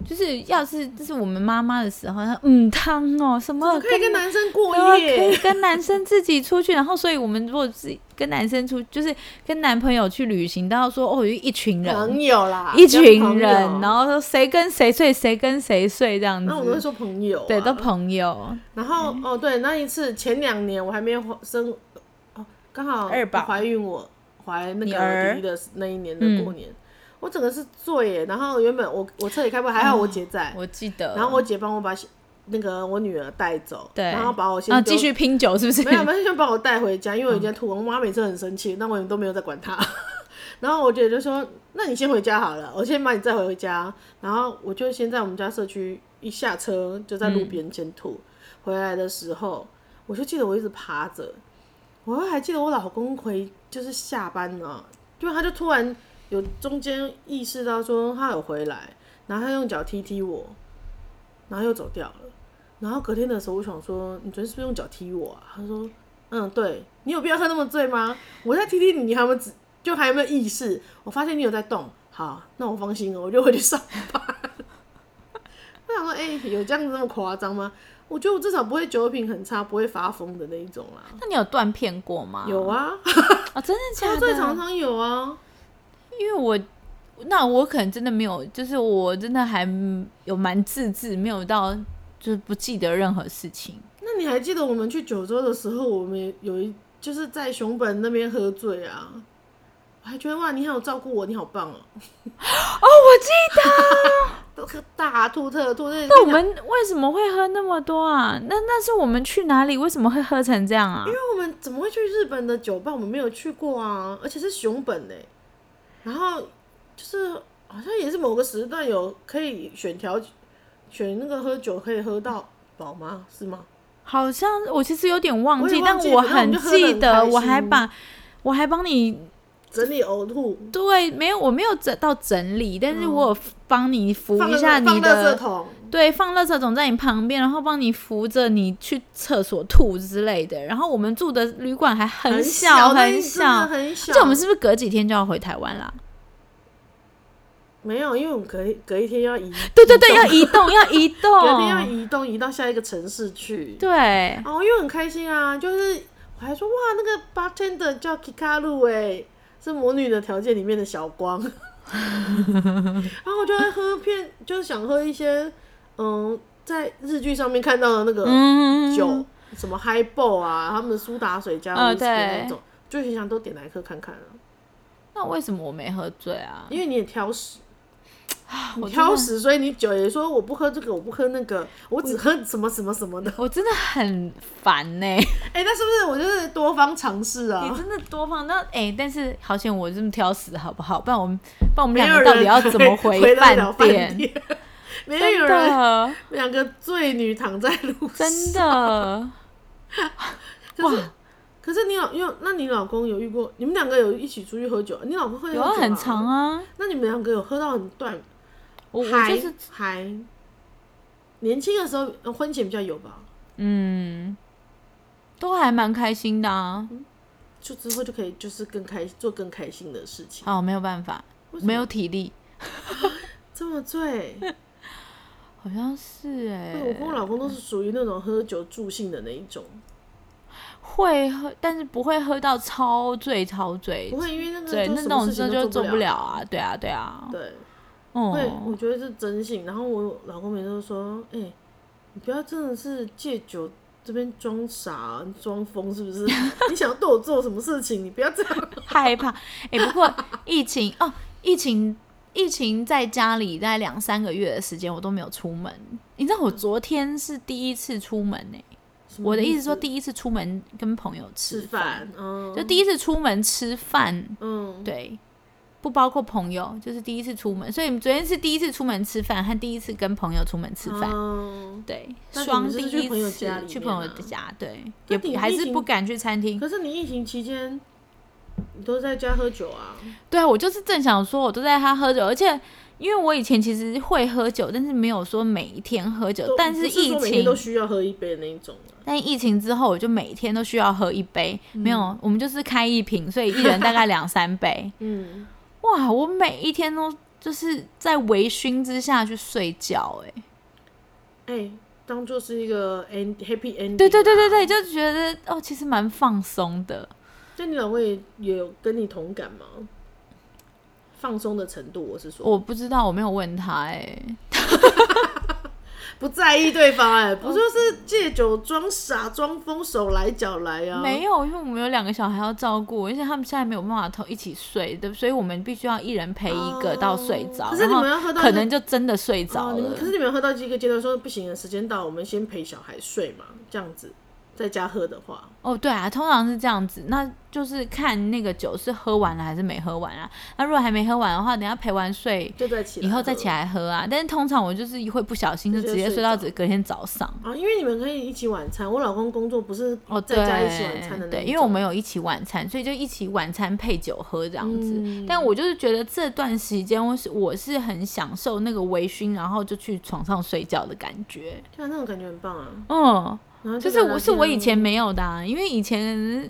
[SPEAKER 3] 就是要是这是我们妈妈的时候，她嗯汤哦什么
[SPEAKER 4] 可以跟男生过
[SPEAKER 3] 对啊
[SPEAKER 4] 夜，
[SPEAKER 3] 可以跟男生自己出去，然后所以我们如果是跟男生出，就是跟男朋友去旅行，都要说哦，有一群人，
[SPEAKER 4] 朋友啦，
[SPEAKER 3] 一
[SPEAKER 4] 跟
[SPEAKER 3] 群
[SPEAKER 4] 朋友
[SPEAKER 3] 人，然后说谁跟谁睡，谁跟谁睡这样
[SPEAKER 4] 那我们会
[SPEAKER 3] 子。
[SPEAKER 4] 说朋友、啊，
[SPEAKER 3] 嗯对，都朋嗯友，
[SPEAKER 4] 然后、哦，对，那一次前两年我还没有怀生，哦，刚好
[SPEAKER 3] 二宝
[SPEAKER 4] 怀孕我怀那
[SPEAKER 3] 你
[SPEAKER 4] 个
[SPEAKER 3] 儿嗯
[SPEAKER 4] 弟弟的那一年的过年，我整个是醉耶。然后原本我我车也开不，还好我姐在，
[SPEAKER 3] 啊我记得。
[SPEAKER 4] 然后我姐帮我把小那个我女儿带走，
[SPEAKER 3] 对，
[SPEAKER 4] 然后把我先
[SPEAKER 3] 啊
[SPEAKER 4] 丢
[SPEAKER 3] 继续拼酒，是不是？
[SPEAKER 4] 没有，没有，就把我带回家，因为我已经在吐。我妈每次很生气，那我也都没有在管她。 然后我姐就说：“那你先回家好了，我先把你载回家。”然后我就先在我们家社区一下车就在路边先吐。回来的时候，我就记得我一直趴着，我还记得我老公回就是下班了、因为他就突然有中间意识到说他有回来，然后他用脚踢踢我，然后又走掉了。然后隔天的时候，我想说，你昨天是不是用脚踢我啊？他说，嗯，对，你有必要喝那么醉吗？我再踢踢你，你还有没有只就还有没有意识？我发现你有在动，好，那我放心了，我就回去上班。 我想说，哎、有这样子那么夸张吗？我觉得我至少不会酒品很差，不会发疯的那一种啦。
[SPEAKER 3] 那你有断片过吗？
[SPEAKER 4] 有啊，
[SPEAKER 3] 啊，真的假
[SPEAKER 4] 喝
[SPEAKER 3] 的？
[SPEAKER 4] 醉常常有啊。
[SPEAKER 3] 因为我那我可能真的没有，就是我真的还有蛮自制，没有到就是不记得任何事情。
[SPEAKER 4] 那你还记得我们去九州的时候，我们有一就是在熊本那边喝醉啊，我还觉得哇，你好照顾我，你好棒 哦、
[SPEAKER 3] 哦，我记
[SPEAKER 4] 都喝大吐特吐，那
[SPEAKER 3] 那我们为什么会喝那么多啊？那那是我们去哪里？为什么会喝成这样啊？
[SPEAKER 4] 那我们怎么会去日本的酒吧？我们没有去过啊，而且是熊本呢、然后就是好像也是某个时段有可以选调选那个喝酒可以喝到饱吗？是吗？
[SPEAKER 3] 好像我其实有点忘
[SPEAKER 4] 我
[SPEAKER 3] 记，
[SPEAKER 4] 也
[SPEAKER 3] 但
[SPEAKER 4] 忘记
[SPEAKER 3] 我
[SPEAKER 4] 了那我们
[SPEAKER 3] 很
[SPEAKER 4] 就喝得
[SPEAKER 3] 记
[SPEAKER 4] 很
[SPEAKER 3] 得，
[SPEAKER 4] 开
[SPEAKER 3] 我还
[SPEAKER 4] 心
[SPEAKER 3] 把我还帮你
[SPEAKER 4] 整理呕吐，
[SPEAKER 3] 对，没有我没有整到整理，但是我有帮你扶
[SPEAKER 4] 放
[SPEAKER 3] 一
[SPEAKER 4] 了
[SPEAKER 3] 下你
[SPEAKER 4] 放垃圾
[SPEAKER 3] 的
[SPEAKER 4] 桶，
[SPEAKER 3] 对，放垃圾桶在你旁边，然后帮你扶着你去厕所吐之类的。然后我们住的旅馆还很
[SPEAKER 4] 小那
[SPEAKER 3] 很
[SPEAKER 4] 一真的
[SPEAKER 3] 小，
[SPEAKER 4] 很
[SPEAKER 3] 而
[SPEAKER 4] 小。
[SPEAKER 3] 且我们是不是隔几天就要回台湾啦？
[SPEAKER 4] 没有，因为我们隔一隔一天要移，
[SPEAKER 3] 对对对，
[SPEAKER 4] 移
[SPEAKER 3] 要移动，要移
[SPEAKER 4] 动隔天要
[SPEAKER 3] 动，
[SPEAKER 4] 移动移到下一个城市去。
[SPEAKER 3] 对，
[SPEAKER 4] 哦，因为很开心啊，就是我还说哇，那个 bartender 叫 Kikaru 哎、是魔女的条件里面的小 光，然后我就会喝片，就是想喝一些嗯，在日剧上面看到的那个
[SPEAKER 3] 嗯，
[SPEAKER 4] 酒，什么 High Ball 啊，他们的苏打水加
[SPEAKER 3] 哦
[SPEAKER 4] whisky
[SPEAKER 3] 对
[SPEAKER 4] 那种，就很想都点来喝看看啊，
[SPEAKER 3] 那为什么我没喝醉啊？
[SPEAKER 4] 因为你也挑食，
[SPEAKER 3] 啊我真
[SPEAKER 4] 挑
[SPEAKER 3] 的
[SPEAKER 4] 食，所以你酒也说我不喝这个，我不喝那个，我只喝什么什么什么的。
[SPEAKER 3] 我真的很烦呢、
[SPEAKER 4] 哎、那是不是我就是多方尝试啊？
[SPEAKER 3] 你真的多放那哎、但是好险我这么挑食，好不好？不然我们，不然我们两
[SPEAKER 4] 没有
[SPEAKER 3] 个
[SPEAKER 4] 人
[SPEAKER 3] 到底要怎么
[SPEAKER 4] 回
[SPEAKER 3] 回
[SPEAKER 4] 得了
[SPEAKER 3] 店？
[SPEAKER 4] 店？没有
[SPEAKER 3] 真
[SPEAKER 4] 人，
[SPEAKER 3] 的，
[SPEAKER 4] 两个醉女躺在路上。
[SPEAKER 3] 真
[SPEAKER 4] 啊
[SPEAKER 3] 的，
[SPEAKER 4] 可是，可是你老，因为那你老公有遇过？你们两个有一起出去喝酒？你老公会喝
[SPEAKER 3] 有
[SPEAKER 4] 酒
[SPEAKER 3] 啊
[SPEAKER 4] 吗
[SPEAKER 3] 很长。啊。
[SPEAKER 4] 那你们两个有喝到很断？
[SPEAKER 3] 我我
[SPEAKER 4] 还
[SPEAKER 3] 就是
[SPEAKER 4] 还年轻的时候，呃婚前比较有吧，
[SPEAKER 3] 嗯，都还蛮开心的啊。
[SPEAKER 4] 嗯就之后就可以就是更开做更开心的事情。
[SPEAKER 3] 哦，没有办法，
[SPEAKER 4] 为什么
[SPEAKER 3] 没有体力，
[SPEAKER 4] 这么醉，
[SPEAKER 3] 好像是哎、
[SPEAKER 4] 对我跟我老公都是属于那种喝酒助兴的那一种，
[SPEAKER 3] 会喝，但是不会喝到超醉超醉
[SPEAKER 4] 不。会因为那个
[SPEAKER 3] 对，
[SPEAKER 4] 就
[SPEAKER 3] 那
[SPEAKER 4] 什么
[SPEAKER 3] 种
[SPEAKER 4] 事
[SPEAKER 3] 时候
[SPEAKER 4] 情
[SPEAKER 3] 就
[SPEAKER 4] 都
[SPEAKER 3] 做不
[SPEAKER 4] 不
[SPEAKER 3] 了。啊，对啊，对啊，
[SPEAKER 4] 对，会，我
[SPEAKER 3] 嗯，
[SPEAKER 4] 觉得是真性。然后我老公每次都说：“哎、你不要真的是借酒这边装傻、啊装疯，是不是？ 你想要对我做什么事情？你不要这样。
[SPEAKER 3] 害怕。哎、不过疫情哦，疫情疫情在家里大概两三个月的时间，我都没有出门。你知道我昨天是第一次出门呢、
[SPEAKER 4] 嗯什么
[SPEAKER 3] 我的意思说
[SPEAKER 4] 思
[SPEAKER 3] 第一次出门跟朋友吃
[SPEAKER 4] 吃饭，嗯，
[SPEAKER 3] 就第一次出门吃饭，
[SPEAKER 4] 嗯，
[SPEAKER 3] 对，不包括朋友，就是第一次出门。所以昨天是第一次出门吃饭和第一次跟朋友出门吃饭，
[SPEAKER 4] 嗯
[SPEAKER 3] 对，
[SPEAKER 4] 那你
[SPEAKER 3] 双
[SPEAKER 4] 们就
[SPEAKER 3] 第
[SPEAKER 4] 是
[SPEAKER 3] 一
[SPEAKER 4] 去朋友家
[SPEAKER 3] 次
[SPEAKER 4] 里
[SPEAKER 3] 去
[SPEAKER 4] 面
[SPEAKER 3] 朋友
[SPEAKER 4] 啊
[SPEAKER 3] 的家，对，
[SPEAKER 4] 那
[SPEAKER 3] 也
[SPEAKER 4] 你
[SPEAKER 3] 不还
[SPEAKER 4] 疫
[SPEAKER 3] 是
[SPEAKER 4] 情
[SPEAKER 3] 不敢去餐厅。
[SPEAKER 4] 可是你疫情期间，你都在家喝酒啊？
[SPEAKER 3] 对啊，我就是正想说，我都在他喝酒，而且因为我以前其实会喝酒，但是没有说每一天喝酒
[SPEAKER 4] 都，
[SPEAKER 3] 但
[SPEAKER 4] 不是
[SPEAKER 3] 疫
[SPEAKER 4] 说每天都
[SPEAKER 3] 情。
[SPEAKER 4] 需要喝一杯的那一种啊。
[SPEAKER 3] 但疫情之后，我就每天都需要喝一杯，没有，我们就是开一瓶，所以一人大概两三杯。
[SPEAKER 4] 嗯，
[SPEAKER 3] 哇，我每一天都就是在微醺之下去睡觉、欸，哎，
[SPEAKER 4] 哎、当做是一个 end happy ending。啊
[SPEAKER 3] 对对对对对，，就觉得哦，其实蛮放松的。
[SPEAKER 4] 那你老公也也有跟你同感吗？放松的程度，我是说，
[SPEAKER 3] 我不知道，我没有问他、欸，哎，
[SPEAKER 4] 不在意对方、哎，不就是借酒装傻、装疯、手来脚来啊？
[SPEAKER 3] 没有，因为我们有两个小孩要照顾，而且他们现在没有办法同一起睡的，所以我们必须要一人陪一个到睡着，
[SPEAKER 4] 可是
[SPEAKER 3] 然
[SPEAKER 4] 你
[SPEAKER 3] 后
[SPEAKER 4] 们要喝到
[SPEAKER 3] 哦可
[SPEAKER 4] 一个
[SPEAKER 3] 能就真的睡着
[SPEAKER 4] 哦，你们
[SPEAKER 3] 了
[SPEAKER 4] 可。是你们有喝到一个阶段说不行了，时间到，我们先陪小孩睡嘛，这样子在家喝的话，
[SPEAKER 3] 哦，对啊，通常是这样子，那就是看那个酒是喝完了还是没喝完啊。那如果还没喝完的话，等一下陪完睡
[SPEAKER 4] 就再起来，
[SPEAKER 3] 以后再起。来喝啊。但是通常我就是会不小心就直接睡到只隔天早上。
[SPEAKER 4] 啊，因为你们可以一起晚餐。我老公工作不是
[SPEAKER 3] 哦，对
[SPEAKER 4] 在家一起晚餐的那一种
[SPEAKER 3] 对，因为我们有一起晚餐，所以就一起晚餐配酒喝这样子。
[SPEAKER 4] 嗯
[SPEAKER 3] 但我就是觉得这段时间，我是我是很享受那个微醺，然后就去床上睡觉的感觉。
[SPEAKER 4] 对啊，那种感觉很棒啊。
[SPEAKER 3] 嗯，
[SPEAKER 4] 然后
[SPEAKER 3] 就是我是我以前
[SPEAKER 4] 没。
[SPEAKER 3] 没有的、啊，因为以前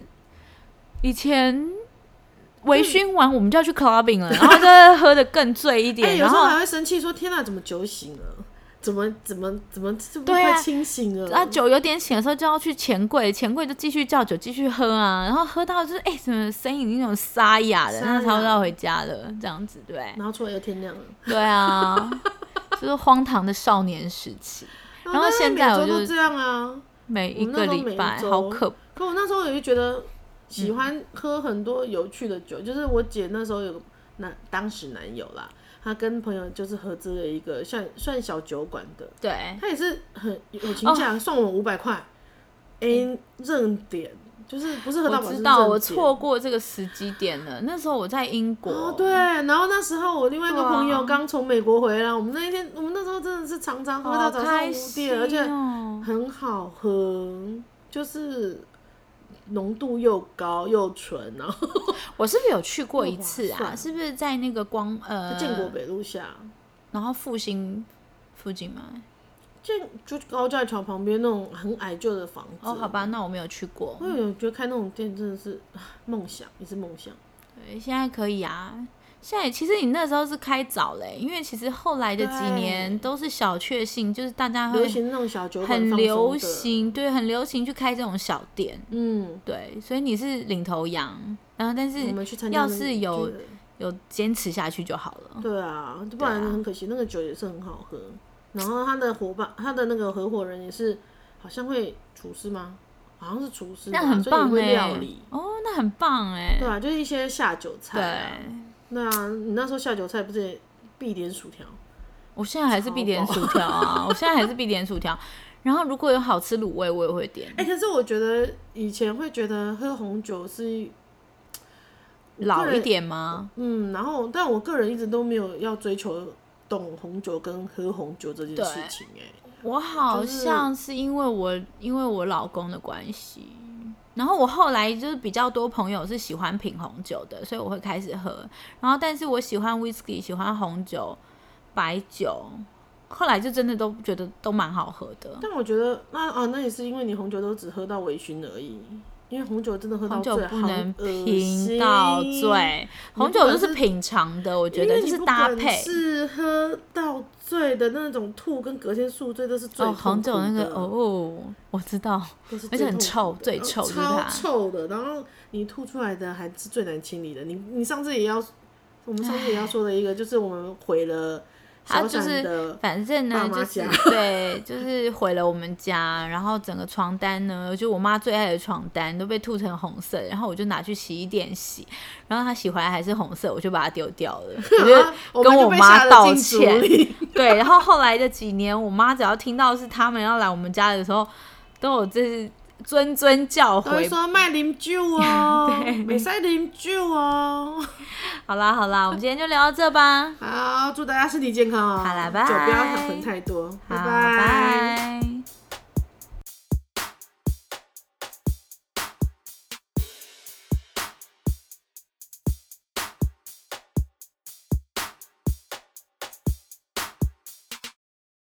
[SPEAKER 3] 以前微醺完我们就要去 clubbing 了，然后就 会喝的更醉一
[SPEAKER 4] 哎、
[SPEAKER 3] 点，
[SPEAKER 4] 有
[SPEAKER 3] 然
[SPEAKER 4] 时候
[SPEAKER 3] 后
[SPEAKER 4] 还会生气说：“天哪，啊怎么酒醒了？怎么怎么怎么是不是
[SPEAKER 3] 对啊
[SPEAKER 4] 快清醒了？”
[SPEAKER 3] 啊，酒有点醒的时候就要去钱柜，钱柜就继续叫酒继续喝啊，然后喝到就是哎、什么声音那种沙哑的，
[SPEAKER 4] 沙哑
[SPEAKER 3] 那差不多要回家了，这样子对
[SPEAKER 4] 然后出来又天亮了。
[SPEAKER 3] 对 啊，就是荒唐的少年时期，
[SPEAKER 4] 然
[SPEAKER 3] 后现在我
[SPEAKER 4] 哦每周
[SPEAKER 3] 就
[SPEAKER 4] 都这样啊。
[SPEAKER 3] 每一
[SPEAKER 4] 我们那
[SPEAKER 3] 个
[SPEAKER 4] 时候
[SPEAKER 3] 礼拜
[SPEAKER 4] 每一周
[SPEAKER 3] 好可
[SPEAKER 4] 可我那时候也就觉得喜欢喝很多有趣的
[SPEAKER 3] 嗯
[SPEAKER 4] 酒，就是我姐那时候有个男当时男友啦，她跟朋友就是合资了一个算算小酒馆的，
[SPEAKER 3] 对，
[SPEAKER 4] 他也是很友情
[SPEAKER 3] 哦
[SPEAKER 4] 价，送我五百块，哎，认点就是不是喝到
[SPEAKER 3] 嗯
[SPEAKER 4] 饱，
[SPEAKER 3] 我
[SPEAKER 4] 是
[SPEAKER 3] 知道
[SPEAKER 4] 认
[SPEAKER 3] 我
[SPEAKER 4] 点
[SPEAKER 3] 错过这个时机点了，那时候我在英国，
[SPEAKER 4] 哦，对，然后那时候我另外一个朋友
[SPEAKER 3] 对啊
[SPEAKER 4] 刚从美国回来，我们那一天，我们那时候真的是常常喝到
[SPEAKER 3] 好
[SPEAKER 4] 早上
[SPEAKER 3] 开
[SPEAKER 4] 五
[SPEAKER 3] 心
[SPEAKER 4] 点，而且
[SPEAKER 3] 哦，
[SPEAKER 4] 很好喝，就是浓度又高又纯，然后
[SPEAKER 3] 我是不是有去过一次
[SPEAKER 4] 又划
[SPEAKER 3] 啊？
[SPEAKER 4] 算
[SPEAKER 3] 是不是在那个光呃
[SPEAKER 4] 建国，北路下，
[SPEAKER 3] 然后复兴附近吗？
[SPEAKER 4] 建就高架桥旁边那种很矮旧的房子。
[SPEAKER 3] 哦，好吧，那我没有去过
[SPEAKER 4] 我。有觉得开那种店真的是啊梦想，也是梦想。
[SPEAKER 3] 对，现在可以啊。现在其实你那时候是开早嘞、因为其实后来的几
[SPEAKER 4] 对
[SPEAKER 3] 年都是小确幸，就是大家
[SPEAKER 4] 流
[SPEAKER 3] 会
[SPEAKER 4] 行那种小酒
[SPEAKER 3] 啊
[SPEAKER 4] 馆，
[SPEAKER 3] 很流。行，对，很流行去开这种小店，
[SPEAKER 4] 嗯，
[SPEAKER 3] 对，所以你是领头羊，然后但是
[SPEAKER 4] 我们去参加
[SPEAKER 3] 要
[SPEAKER 4] 那个
[SPEAKER 3] 是有
[SPEAKER 4] 聚会
[SPEAKER 3] 有坚持下去就好了。
[SPEAKER 4] 对啊，不然很可惜，那个酒也是很好喝。然后他的伙伴，他的那个合伙人也是，好像会厨师吗？好像是厨师吧，
[SPEAKER 3] 那很
[SPEAKER 4] 所以也
[SPEAKER 3] 棒
[SPEAKER 4] 会
[SPEAKER 3] 哎、
[SPEAKER 4] 料理。
[SPEAKER 3] 哦，那很棒哎、
[SPEAKER 4] 对啊，就是一些下酒
[SPEAKER 3] 对
[SPEAKER 4] 菜、啊。对啊，你那时候下酒菜不是也必点薯条？
[SPEAKER 3] 我现在还是必点薯条啊，我现在还是 必点薯条。然后如果有好吃卤味，我也会点。
[SPEAKER 4] 哎、可是我觉得以前会觉得喝红酒是
[SPEAKER 3] 老一点吗？
[SPEAKER 4] 嗯，然后但我个人一直都没有要追求懂红酒跟喝红酒这件
[SPEAKER 3] 对
[SPEAKER 4] 事情、哎，
[SPEAKER 3] 我好像是因为我因为我老公的关系，然后我后来就是比较多朋友是喜欢品红酒的，所以我会开始喝。然后，但是我喜欢 whisky，喜欢红酒、白酒，后来就真的都觉得都蛮好喝的。
[SPEAKER 4] 但我觉得那啊，那也是因为你红酒都只喝到微醺而已，因为红酒真的喝到
[SPEAKER 3] 红
[SPEAKER 4] 醉
[SPEAKER 3] 酒不
[SPEAKER 4] 好
[SPEAKER 3] 能
[SPEAKER 4] 恶
[SPEAKER 3] 品
[SPEAKER 4] 心
[SPEAKER 3] 到，醉，红酒就是品尝的，我觉
[SPEAKER 4] 因为
[SPEAKER 3] 得
[SPEAKER 4] 你
[SPEAKER 3] 就是
[SPEAKER 4] 不
[SPEAKER 3] 搭
[SPEAKER 4] 管
[SPEAKER 3] 配。哦
[SPEAKER 4] 是喝到醉的那种吐跟隔天宿醉都是最
[SPEAKER 3] 哦，红酒那个
[SPEAKER 4] 哦，
[SPEAKER 3] 哦，我知道，
[SPEAKER 4] 都是
[SPEAKER 3] 而
[SPEAKER 4] 最
[SPEAKER 3] 且很
[SPEAKER 4] 痛苦
[SPEAKER 3] 臭
[SPEAKER 4] 的
[SPEAKER 3] 最
[SPEAKER 4] 呃
[SPEAKER 3] 臭就是
[SPEAKER 4] 超
[SPEAKER 3] 它
[SPEAKER 4] 臭的。然后你吐出来的还是最难清理的。你你上次也要，我们上次也要说的一个就是我们毁了
[SPEAKER 3] 它
[SPEAKER 4] 小
[SPEAKER 3] 啊就
[SPEAKER 4] 闪
[SPEAKER 3] 是
[SPEAKER 4] 的
[SPEAKER 3] 反正
[SPEAKER 4] 爸
[SPEAKER 3] 呢，
[SPEAKER 4] 妈
[SPEAKER 3] 就是
[SPEAKER 4] 家
[SPEAKER 3] 对，就是毁了我们家，然后整个床单呢，就我妈最爱的床单都被吐成红色，然后我就拿去洗衣店洗，然后她洗回来还是红色，我就把它丢掉了， 我就跟我妈道歉。对，然后后来的几年，我妈只要听到是他们要来我们家的时候，都有这是谆谆教
[SPEAKER 4] 都会
[SPEAKER 3] 诲。
[SPEAKER 4] 说卖啉酒 哦，没使啉酒哦。
[SPEAKER 3] 好啦好啦，我们今天就聊到这吧。
[SPEAKER 4] 好，祝大家身体健康哦。
[SPEAKER 3] 好啦拜
[SPEAKER 4] 酒不要想囤太多，
[SPEAKER 3] 好，
[SPEAKER 4] 拜
[SPEAKER 3] 拜。